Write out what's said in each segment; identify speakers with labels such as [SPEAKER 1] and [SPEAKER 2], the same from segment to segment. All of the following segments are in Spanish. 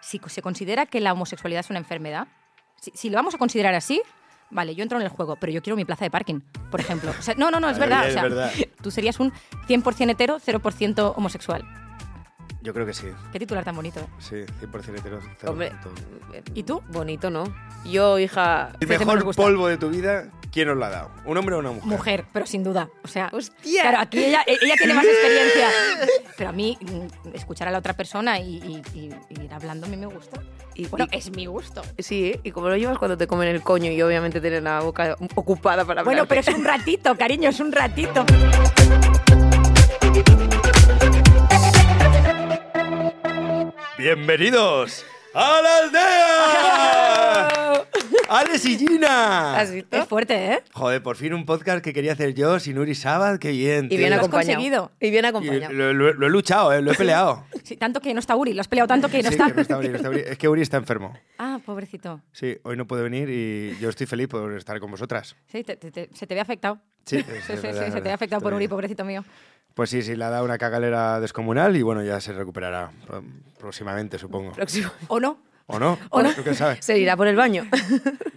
[SPEAKER 1] si se considera que la homosexualidad es una enfermedad, si, si lo vamos a considerar así, vale, yo entro en el juego, pero yo quiero mi plaza de parking, por ejemplo. O sea, no, no, no, es
[SPEAKER 2] Es
[SPEAKER 1] verdad. o sea,
[SPEAKER 2] verdad.
[SPEAKER 1] Tú serías un 100% hetero, 0% homosexual.
[SPEAKER 2] Yo creo que sí.
[SPEAKER 1] Qué titular tan bonito.
[SPEAKER 2] Sí, 100% hetero. cero
[SPEAKER 3] Hombre.
[SPEAKER 2] punto.
[SPEAKER 1] ¿Y tú?
[SPEAKER 3] Bonito, ¿no? Yo, hija.
[SPEAKER 2] El
[SPEAKER 1] Ese me
[SPEAKER 2] mejor
[SPEAKER 1] gusta.
[SPEAKER 2] polvo de tu vida, ¿quién nos lo ha dado? ¿Un hombre o una mujer?
[SPEAKER 1] Mujer, pero sin duda. O sea,
[SPEAKER 3] ¡Hostia!
[SPEAKER 1] claro, aquí ella, e- ella tiene más experiencia. Pero a mí, mm, escuchar a la otra persona y, y- y- y ir hablando a mí me gusta.
[SPEAKER 3] Y-
[SPEAKER 1] bueno,
[SPEAKER 3] y-
[SPEAKER 1] es mi gusto.
[SPEAKER 3] Sí, ¿eh? ¿y cómo lo llevas cuando te comen el coño y obviamente tienes la boca ocupada para
[SPEAKER 1] Bueno, pero
[SPEAKER 3] hablarte?
[SPEAKER 1] es un ratito, cariño, es un ratito.
[SPEAKER 2] ¡Bienvenidos a la aldea! ¡Alex y Gina!
[SPEAKER 3] ¿Has visto?
[SPEAKER 1] Es fuerte, ¿eh?
[SPEAKER 2] Joder, por fin un podcast que quería hacer yo sin Uri Sabat, qué bien.
[SPEAKER 3] Y
[SPEAKER 2] tío.
[SPEAKER 3] bien
[SPEAKER 1] Lo has
[SPEAKER 3] acompañado.
[SPEAKER 1] conseguido.
[SPEAKER 3] Y bien
[SPEAKER 2] Y
[SPEAKER 3] acompañado.
[SPEAKER 2] lo, lo- lo he luchado, eh, lo he peleado.
[SPEAKER 1] Sí, tanto que no está Uri, lo has peleado tanto que no
[SPEAKER 2] Sí,
[SPEAKER 1] está.
[SPEAKER 2] que no está Uri, no está Uri. Es que Uri está enfermo.
[SPEAKER 1] Ah, pobrecito.
[SPEAKER 2] Sí, hoy no puede venir y yo estoy feliz por estar con vosotras.
[SPEAKER 1] Sí, te- te- te- se te ve afectado.
[SPEAKER 2] Sí, es-
[SPEAKER 1] Sí,
[SPEAKER 2] es
[SPEAKER 1] sí, sí,
[SPEAKER 2] verdad, es
[SPEAKER 1] se te
[SPEAKER 2] verdad.
[SPEAKER 1] ve afectado por
[SPEAKER 2] Estoy-
[SPEAKER 1] Uri, pobrecito mío.
[SPEAKER 2] Pues sí, sí, le ha dado una cagalera descomunal y bueno, ya se recuperará pro- próximamente, supongo.
[SPEAKER 3] Próximo.
[SPEAKER 1] ¿O no?
[SPEAKER 2] ¿O no?
[SPEAKER 1] ¿O no?
[SPEAKER 2] ¿Tú qué sabes?
[SPEAKER 3] Se irá por el baño.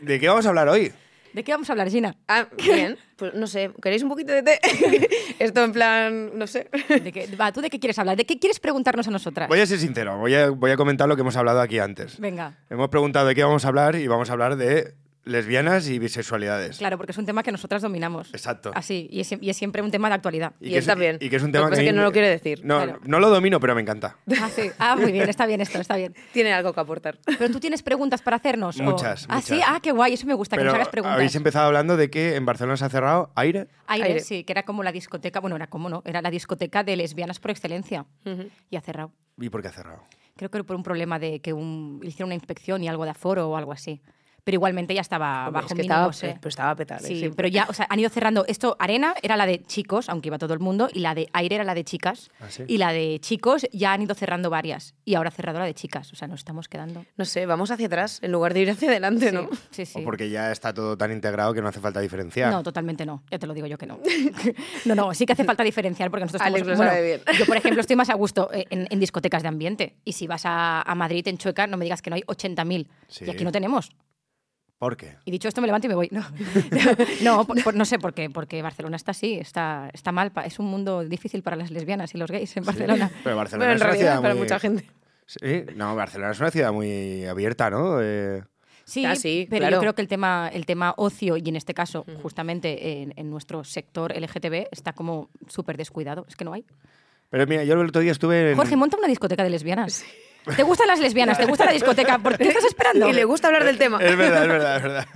[SPEAKER 2] ¿De qué vamos a hablar hoy?
[SPEAKER 1] ¿De qué vamos a hablar, Gina?
[SPEAKER 3] Ah, bien. Pues no sé, ¿queréis un poquito de té? Esto en plan, no sé.
[SPEAKER 1] ¿De qué- va, ¿Tú de qué quieres hablar? ¿De qué quieres preguntarnos a nosotras?
[SPEAKER 2] Voy a ser sincero, voy a, voy a comentar lo que hemos hablado aquí antes.
[SPEAKER 1] Venga.
[SPEAKER 2] Hemos preguntado de qué vamos a hablar y vamos a hablar de lesbianas y bisexualidades.
[SPEAKER 1] Claro, porque es un tema que nosotras dominamos.
[SPEAKER 2] Exacto.
[SPEAKER 1] Así, y es, siem- y es siempre un tema de actualidad.
[SPEAKER 3] Y él
[SPEAKER 2] es-
[SPEAKER 3] también.
[SPEAKER 2] Y que es un
[SPEAKER 3] Lo que
[SPEAKER 2] tema
[SPEAKER 3] pasa
[SPEAKER 2] a
[SPEAKER 3] es que
[SPEAKER 2] mí
[SPEAKER 3] no lo
[SPEAKER 2] me-
[SPEAKER 3] quiere decir,
[SPEAKER 2] No,
[SPEAKER 1] claro.
[SPEAKER 2] no lo domino, pero me encanta.
[SPEAKER 1] Ah, sí. Ah, muy bien, está bien esto, está bien.
[SPEAKER 3] Tiene algo que aportar.
[SPEAKER 1] Pero tú tienes preguntas para hacernos. o-
[SPEAKER 2] Muchas,
[SPEAKER 1] Ah, sí,
[SPEAKER 2] muchas.
[SPEAKER 1] ah, qué guay, eso me gusta, que
[SPEAKER 2] Pero
[SPEAKER 1] nos hagas preguntas.
[SPEAKER 2] habéis empezado hablando de que en Barcelona se ha cerrado aire.
[SPEAKER 1] Aire,
[SPEAKER 3] Aire.
[SPEAKER 1] sí, que era como la discoteca, bueno, era como no, era la discoteca de lesbianas por excelencia. Y ha cerrado.
[SPEAKER 2] ¿Y por qué ha cerrado?
[SPEAKER 1] Creo que por un problema de que un, le hicieron una inspección y algo de aforo o algo así. Pero igualmente ya estaba
[SPEAKER 3] Hombre,
[SPEAKER 1] Ah, bajo
[SPEAKER 3] es que
[SPEAKER 1] mínimos,
[SPEAKER 3] estaba-
[SPEAKER 1] ¿eh?
[SPEAKER 3] pues estaba petada,
[SPEAKER 1] Sí,
[SPEAKER 3] siempre.
[SPEAKER 1] pero ya, o sea, han ido cerrando. Esto, Arena era la de chicos, aunque iba todo el mundo, y la de Aire era la de chicas.
[SPEAKER 2] Ah, ¿sí?
[SPEAKER 1] Y la de chicos ya han ido cerrando varias. Y ahora ha cerrado la de chicas. O sea, nos estamos quedando.
[SPEAKER 3] No sé, vamos hacia atrás en lugar de ir hacia adelante,
[SPEAKER 1] Sí,
[SPEAKER 3] ¿no?
[SPEAKER 1] Sí, sí.
[SPEAKER 2] O porque ya está todo tan integrado que no hace falta diferenciar.
[SPEAKER 1] No, totalmente no. Ya te lo digo yo que no. No, no, sí que hace falta diferenciar porque nosotros
[SPEAKER 3] Alex
[SPEAKER 1] estamos-
[SPEAKER 3] lo sabe bien.
[SPEAKER 1] Yo, por ejemplo, estoy más a gusto eh, en, en discotecas de ambiente. Y si vas a, a Madrid, en Chueca, no me digas que no hay 80.000.
[SPEAKER 2] Sí.
[SPEAKER 1] Y aquí no tenemos.
[SPEAKER 2] ¿Por qué?
[SPEAKER 1] Y dicho esto, me levanto y me voy. No, no, por- por- no sé por qué. Porque Barcelona está así, está, está mal. pa- Es un mundo difícil para las lesbianas y los gays en Barcelona.
[SPEAKER 2] Pero Barcelona
[SPEAKER 3] Bueno, en
[SPEAKER 2] es una
[SPEAKER 3] realidad
[SPEAKER 2] ciudad
[SPEAKER 3] para
[SPEAKER 2] muy-
[SPEAKER 3] mucha gente.
[SPEAKER 2] Sí, no, Barcelona es una ciudad muy abierta, ¿no? Eh,
[SPEAKER 1] Sí,
[SPEAKER 3] Ah, sí,
[SPEAKER 1] pero
[SPEAKER 3] claro.
[SPEAKER 1] yo creo que el tema, el tema ocio, y en este caso, justamente en, en nuestro sector LGTB, está como súper descuidado. Es que no hay.
[SPEAKER 2] Pero mira, yo el otro día estuve en...
[SPEAKER 1] Jorge, monta una discoteca de lesbianas. ¿Te gustan las lesbianas? ¿Te gusta la discoteca? ¿Por qué estás esperando?
[SPEAKER 3] Y le gusta hablar del tema.
[SPEAKER 2] Es verdad, es verdad, es verdad.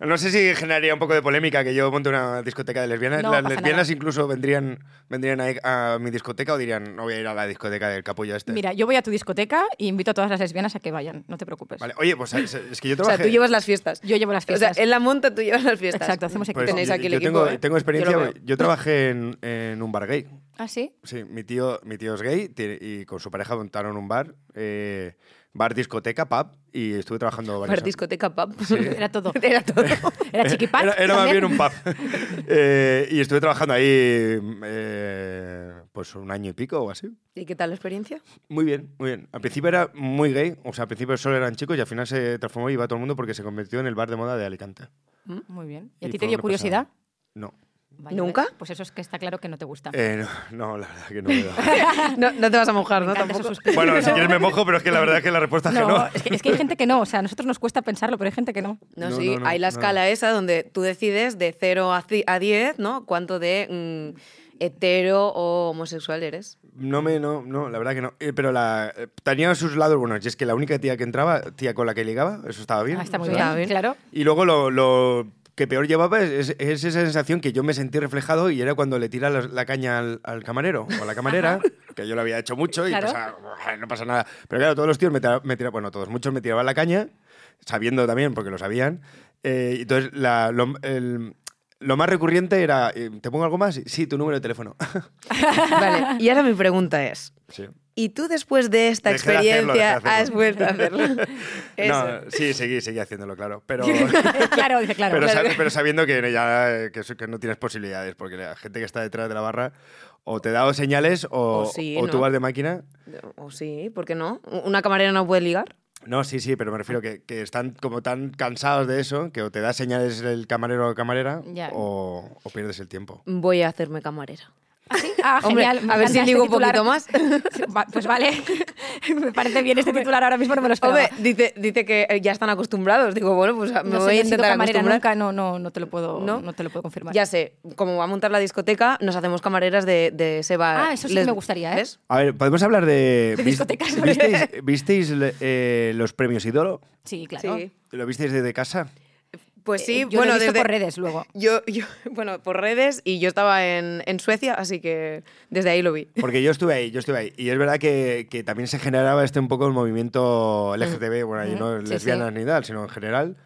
[SPEAKER 2] No sé si generaría un poco de polémica que yo monte una discoteca de lesbianas.
[SPEAKER 1] No,
[SPEAKER 2] Las
[SPEAKER 1] pasa
[SPEAKER 2] lesbianas
[SPEAKER 1] nada.
[SPEAKER 2] incluso vendrían, vendrían a, a mi discoteca o dirían, no voy a ir a la discoteca del capullo este.
[SPEAKER 1] Mira, yo voy a tu discoteca y invito a todas las lesbianas a que vayan. No te preocupes.
[SPEAKER 2] Vale, oye, pues es, es que yo
[SPEAKER 3] O sea,
[SPEAKER 2] trabajé...
[SPEAKER 3] tú llevas las fiestas.
[SPEAKER 1] Yo llevo las
[SPEAKER 3] O
[SPEAKER 1] fiestas.
[SPEAKER 3] sea, en la monta tú llevas las fiestas.
[SPEAKER 1] Exacto, hacemos equipo.
[SPEAKER 2] Pues
[SPEAKER 3] Tenéis
[SPEAKER 2] yo-
[SPEAKER 3] aquí el
[SPEAKER 2] yo
[SPEAKER 3] equipo,
[SPEAKER 2] tengo,
[SPEAKER 3] ¿eh?
[SPEAKER 2] tengo experiencia,
[SPEAKER 3] Yo lo
[SPEAKER 2] yo,
[SPEAKER 3] veo.
[SPEAKER 2] trabajé en, en un bar gay.
[SPEAKER 1] ¿Ah, sí?
[SPEAKER 2] Sí, mi tío, mi tío es gay tiene- y con su pareja montaron un bar, eh, bar discoteca, pub, y estuve trabajando varios
[SPEAKER 3] Bar,
[SPEAKER 2] años.
[SPEAKER 3] discoteca, pub.
[SPEAKER 1] Era todo.
[SPEAKER 3] Era todo.
[SPEAKER 1] Era chiquipac.
[SPEAKER 2] Eh, Era, era más
[SPEAKER 1] también.
[SPEAKER 2] bien un pub. Eh, y estuve trabajando ahí eh, pues un año y pico o así.
[SPEAKER 3] ¿Y qué tal la experiencia?
[SPEAKER 2] Muy bien, muy bien. Al principio era muy gay, o sea, al principio solo eran chicos y al final se transformó y iba todo el mundo porque se convirtió en el bar de moda de Alicante.
[SPEAKER 1] Muy bien. ¿Y a
[SPEAKER 2] Y
[SPEAKER 1] ti
[SPEAKER 2] fue
[SPEAKER 1] te dio
[SPEAKER 2] una
[SPEAKER 1] curiosidad?
[SPEAKER 2] pasada. No.
[SPEAKER 1] Vaya,
[SPEAKER 3] ¿Nunca?
[SPEAKER 1] ¿ves? Pues eso es que está claro que no te gusta.
[SPEAKER 2] Eh, no, no, la verdad que no me da.
[SPEAKER 3] No, no te vas a mojar,
[SPEAKER 1] Me
[SPEAKER 3] ¿no?
[SPEAKER 1] encanta ese
[SPEAKER 3] Tampoco.
[SPEAKER 1] suspiro.
[SPEAKER 2] Bueno, si quieres me mojo, pero es que la verdad es que la respuesta es que no.
[SPEAKER 1] No, es que, es que hay gente que no. O sea, a nosotros nos cuesta pensarlo, pero hay gente que no.
[SPEAKER 3] No,
[SPEAKER 2] No,
[SPEAKER 3] sí,
[SPEAKER 2] no, no,
[SPEAKER 3] hay la
[SPEAKER 2] no.
[SPEAKER 3] escala esa donde tú decides de 0 a ci- a 10, ¿no? Cuánto de mm, hetero o homosexual eres.
[SPEAKER 2] No me, no, no, la verdad que no. Eh, pero la, eh, tenía sus lados buenos. Y es que la única tía que entraba, tía con la que ligaba, eso estaba bien.
[SPEAKER 1] Ah, está muy
[SPEAKER 2] O
[SPEAKER 1] bien,
[SPEAKER 2] sea,
[SPEAKER 3] Está bien.
[SPEAKER 1] claro.
[SPEAKER 2] Y luego lo, lo que peor llevaba es, es- es esa sensación que yo me sentí reflejado y era cuando le tira la, la caña al, al camarero o a la camarera, que yo lo había hecho mucho y
[SPEAKER 1] Claro.
[SPEAKER 2] pasa- "Buah, no pasa nada. Pero claro, todos los tíos me tiraban, bueno, todos, muchos me tiraban la caña, sabiendo también, porque lo sabían. Eh, entonces, la- lo, el- lo más recurrente era, eh, ¿te pongo algo más? Sí, tu número de teléfono.
[SPEAKER 3] Vale, y ahora mi pregunta es,
[SPEAKER 2] sí.
[SPEAKER 3] ¿y tú después de esta
[SPEAKER 2] Dejé de hacerlo,
[SPEAKER 3] experiencia
[SPEAKER 2] dejé de
[SPEAKER 3] has
[SPEAKER 2] hacerlo.
[SPEAKER 3] vuelto a hacerlo? Eso.
[SPEAKER 2] No, sí, seguí, seguí haciéndolo, claro. Pero,
[SPEAKER 1] claro, dice, claro.
[SPEAKER 2] pero,
[SPEAKER 1] claro.
[SPEAKER 2] sab- pero sabiendo que ya eh, que, eso- que no tienes posibilidades, porque la gente que está detrás de la barra o te da señales o,
[SPEAKER 3] O sí,
[SPEAKER 2] o tú
[SPEAKER 3] ¿no?
[SPEAKER 2] vas de máquina.
[SPEAKER 3] O sí, ¿por qué no? ¿Una camarera no puede ligar?
[SPEAKER 2] No, sí, sí, pero me refiero que, que están como tan cansados de eso que o te da señales el camarero o camarera
[SPEAKER 1] Ya.
[SPEAKER 2] o, o pierdes el tiempo.
[SPEAKER 3] Voy a hacerme camarera.
[SPEAKER 1] ¿Ah, sí? Ah,
[SPEAKER 3] Hombre,
[SPEAKER 1] genial. me
[SPEAKER 3] a ver si
[SPEAKER 1] encanta
[SPEAKER 3] digo un
[SPEAKER 1] este titular.
[SPEAKER 3] poquito más.
[SPEAKER 1] Sí, va- Pues vale, me parece bien este titular, ahora mismo no me lo esperaba.
[SPEAKER 3] Hombre, dice, dice que eh, ya están acostumbrados. Digo, bueno, pues me
[SPEAKER 1] no sé, yo
[SPEAKER 3] voy
[SPEAKER 1] he
[SPEAKER 3] a
[SPEAKER 1] sido
[SPEAKER 3] intentar
[SPEAKER 1] camarera
[SPEAKER 3] acostumbrar.
[SPEAKER 1] nunca, no, no, no te lo puedo,
[SPEAKER 3] ¿No?
[SPEAKER 1] ¿No? te lo puedo confirmar.
[SPEAKER 3] Ya sé, como va a montar la discoteca, nos hacemos camareras de, de Seba.
[SPEAKER 1] Ah, eso sí que me gustaría, ¿eh?
[SPEAKER 3] ¿ves?
[SPEAKER 2] A ver, podemos hablar de.
[SPEAKER 1] De
[SPEAKER 2] vis-
[SPEAKER 1] discotecas, porque-
[SPEAKER 2] ¿Visteis, visteis, le- eh, los premios Idolo?
[SPEAKER 1] Sí, claro.
[SPEAKER 3] Sí.
[SPEAKER 2] ¿Lo visteis desde casa?
[SPEAKER 3] Pues sí,
[SPEAKER 1] Eh, yo
[SPEAKER 3] bueno,
[SPEAKER 1] lo he visto
[SPEAKER 3] desde-
[SPEAKER 1] por redes luego.
[SPEAKER 3] Yo, yo, bueno, por redes y yo estaba en, en Suecia, así que desde ahí lo vi.
[SPEAKER 2] Porque yo estuve ahí, yo estuve ahí. Y es verdad que, que también se generaba este un poco el
[SPEAKER 3] Mm.
[SPEAKER 2] movimiento LGTB, bueno, ahí no
[SPEAKER 1] Sí,
[SPEAKER 2] lesbianas ni tal, sino en general.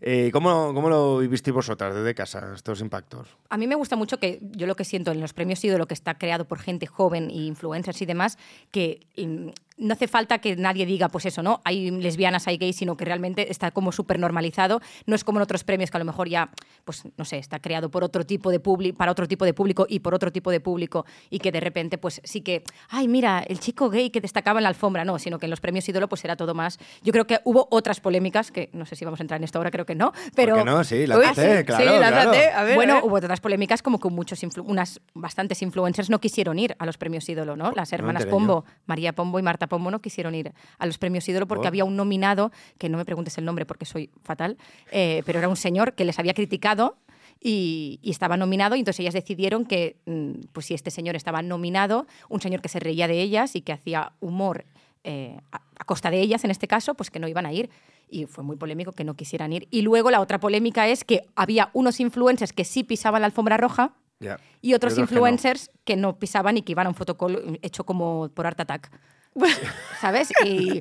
[SPEAKER 2] Eh, ¿cómo, ¿Cómo lo vivisteis vosotras desde casa, estos impactos?
[SPEAKER 1] A mí me gusta mucho que yo lo que siento en los premios lo que está creado por gente joven y influencers y demás, que mm, no hace falta que nadie diga, pues eso, ¿no? Hay lesbianas, hay gays, sino que realmente está como súper normalizado. No es como en otros premios que a lo mejor ya, pues no sé, está creado por otro tipo de público, para otro tipo de público y por otro tipo de público y que de repente, pues sí que, ay, mira, el chico gay que destacaba en la alfombra, no, sino que en los premios ídolo pues era todo más. Yo creo que hubo otras polémicas que no sé si vamos a entrar en esto ahora, creo que no, pero
[SPEAKER 2] ¿Por qué no? Sí,
[SPEAKER 3] Uy,
[SPEAKER 2] lánzate,
[SPEAKER 3] sí,
[SPEAKER 2] claro.
[SPEAKER 3] sí, lánzate,
[SPEAKER 2] claro.
[SPEAKER 3] a ver.
[SPEAKER 1] bueno,
[SPEAKER 3] a ver.
[SPEAKER 1] hubo otras polémicas como que muchos influ- unas bastantes influencers no quisieron ir a los premios ídolo, ¿no? Las
[SPEAKER 2] no
[SPEAKER 1] hermanas
[SPEAKER 2] enteré
[SPEAKER 1] Pombo, María Pombo y Marta Pombo no quisieron ir a los premios ídolo porque
[SPEAKER 2] ¿Por?
[SPEAKER 1] había un nominado, que no me preguntes el nombre porque soy fatal, eh, pero era un señor que les había criticado. Y, y estaba nominado y entonces ellas decidieron que mm, pues si este señor estaba nominado un señor que se reía de ellas y que hacía humor eh, a, a costa de ellas en este caso, pues que no iban a ir. Y fue muy polémico que no quisieran ir. Y luego la otra polémica es que había unos influencers que sí pisaban la alfombra roja
[SPEAKER 2] Ya.
[SPEAKER 1] y otros
[SPEAKER 2] que no.
[SPEAKER 1] influencers que no. pisaban y que iban a un fotocall hecho como por Art Attack. ¿Sabes? Y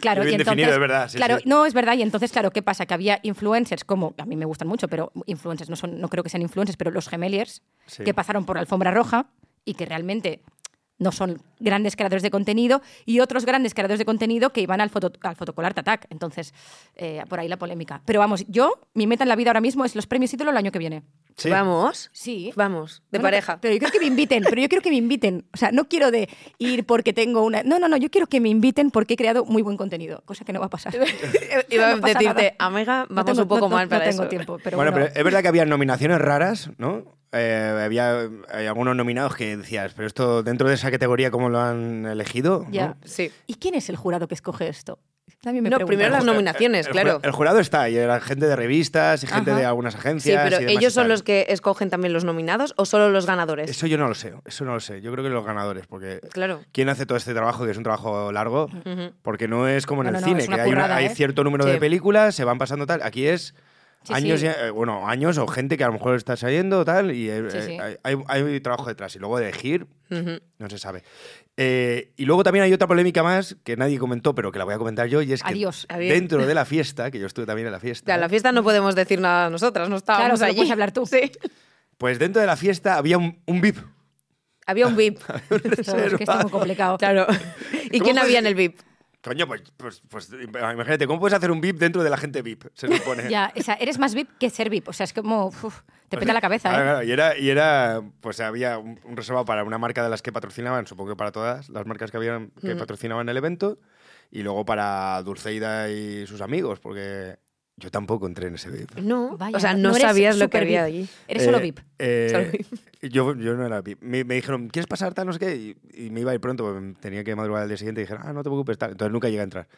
[SPEAKER 1] claro,
[SPEAKER 2] Muy bien
[SPEAKER 1] y entonces,
[SPEAKER 2] definido, es verdad, sí,
[SPEAKER 1] claro,
[SPEAKER 2] sí.
[SPEAKER 1] no es verdad y entonces claro, ¿qué pasa? Que había influencers como a mí me gustan mucho, pero influencers no son no creo que sean influencers, pero los gemeliers
[SPEAKER 2] Sí.
[SPEAKER 1] que pasaron por la alfombra roja y que realmente no son grandes creadores de contenido y otros grandes creadores de contenido que iban al, foto, al fotocall Art Attack. Entonces, eh, por ahí la polémica. Pero vamos, yo, mi meta en la vida ahora mismo es los premios ídolo el año que viene.
[SPEAKER 2] Sí.
[SPEAKER 3] Vamos.
[SPEAKER 1] Sí.
[SPEAKER 3] Vamos, de
[SPEAKER 1] No, no,
[SPEAKER 3] pareja.
[SPEAKER 1] Pero yo quiero que me inviten, pero yo quiero que me inviten. O sea, no quiero de ir porque tengo una... No, no, no, yo quiero que me inviten porque he creado muy buen contenido, cosa que no va a pasar.
[SPEAKER 3] Iba
[SPEAKER 1] No
[SPEAKER 3] a
[SPEAKER 1] pasa
[SPEAKER 3] decirte,
[SPEAKER 1] nada.
[SPEAKER 3] amiga,
[SPEAKER 1] No
[SPEAKER 3] vamos
[SPEAKER 1] tengo-
[SPEAKER 3] un poco
[SPEAKER 1] no- no-
[SPEAKER 3] mal para
[SPEAKER 1] No
[SPEAKER 3] eso.
[SPEAKER 1] tengo tiempo, pero
[SPEAKER 2] bueno,
[SPEAKER 1] bueno.
[SPEAKER 2] pero es verdad que había nominaciones raras, ¿no? Eh, había hay algunos nominados que decías, pero esto dentro de esa categoría, ¿cómo lo han elegido?
[SPEAKER 1] Ya.
[SPEAKER 2] eh, ¿No?
[SPEAKER 3] Sí.
[SPEAKER 1] ¿Y quién es el jurado que escoge esto? También me
[SPEAKER 3] No,
[SPEAKER 1] preguntan.
[SPEAKER 3] primero las nominaciones,
[SPEAKER 2] El
[SPEAKER 3] claro.
[SPEAKER 2] jura- El jurado está, y era gente de revistas y gente
[SPEAKER 1] Ajá.
[SPEAKER 2] de algunas
[SPEAKER 3] ah, Sí,
[SPEAKER 2] agencias.
[SPEAKER 3] pero
[SPEAKER 2] y demás
[SPEAKER 3] ellos
[SPEAKER 2] y
[SPEAKER 3] son
[SPEAKER 2] tal.
[SPEAKER 3] los que escogen también los nominados o solo los ganadores.
[SPEAKER 2] Eso yo no lo sé, eso no lo sé. Yo creo que los ganadores, porque
[SPEAKER 3] Claro.
[SPEAKER 2] ¿quién hace todo este trabajo, que es un trabajo largo? Porque no es como en
[SPEAKER 1] No,
[SPEAKER 2] el
[SPEAKER 1] no, no,
[SPEAKER 2] cine,
[SPEAKER 1] es una
[SPEAKER 2] que hay, una-
[SPEAKER 1] currada,
[SPEAKER 2] hay
[SPEAKER 1] ¿eh?
[SPEAKER 2] cierto número
[SPEAKER 3] Sí.
[SPEAKER 2] de películas, se van pasando tal. Aquí es
[SPEAKER 1] Sí,
[SPEAKER 2] años,
[SPEAKER 1] sí.
[SPEAKER 2] ya- eh, bueno, años o gente que a lo mejor está saliendo tal, y eh,
[SPEAKER 1] Sí, sí.
[SPEAKER 2] eh, Hay, hay- hay trabajo detrás. Y luego de elegir,
[SPEAKER 3] Ujú.
[SPEAKER 2] no se sabe. Eh, y luego también hay otra polémica más que nadie comentó, pero que la voy a comentar yo, y es que
[SPEAKER 1] Adiós.
[SPEAKER 3] Adiós.
[SPEAKER 2] dentro de la fiesta, que yo estuve también en la fiesta,
[SPEAKER 3] A la fiesta no podemos decir nada nosotras, no estábamos
[SPEAKER 1] pero
[SPEAKER 3] allí.
[SPEAKER 1] puedes hablar tú.
[SPEAKER 3] Sí.
[SPEAKER 2] pues dentro de la fiesta había un, un VIP.
[SPEAKER 3] Había un VIP.
[SPEAKER 1] Esto es que esto es muy complicado.
[SPEAKER 3] claro. ¿Y
[SPEAKER 2] ¿Cómo
[SPEAKER 3] quién
[SPEAKER 2] puedes-
[SPEAKER 3] había en el VIP?
[SPEAKER 2] Coño, pues, pues, pues imagínate, ¿cómo puedes hacer un VIP dentro de la gente VIP? Se supone.
[SPEAKER 1] Ya, o sea, eres más VIP que ser VIP. O sea, es como... uf, te
[SPEAKER 2] Pues
[SPEAKER 1] peta la cabeza, ¿eh?
[SPEAKER 2] Claro, claro, Y era, y era, pues había un, un reservado para una marca de las que patrocinaban, supongo que para todas las marcas que, habían, que patrocinaban el evento, y luego para Dulceida y sus amigos, porque yo tampoco entré en ese VIP.
[SPEAKER 3] No,
[SPEAKER 1] Vaya,
[SPEAKER 3] o sea, no,
[SPEAKER 1] eres
[SPEAKER 3] sabías lo que
[SPEAKER 1] super
[SPEAKER 3] había
[SPEAKER 1] VIP.
[SPEAKER 3] allí.
[SPEAKER 1] Eres solo
[SPEAKER 2] Eh,
[SPEAKER 1] VIP.
[SPEAKER 2] eh,
[SPEAKER 3] Solo VIP.
[SPEAKER 2] yo, yo no era VIP. Me, me dijeron, ¿quieres pasar tal? No sé qué. Y, y me iba a ir pronto, porque tenía que madrugar al día siguiente y dijeron, ah, no te preocupes, tal. Entonces nunca llegué a entrar.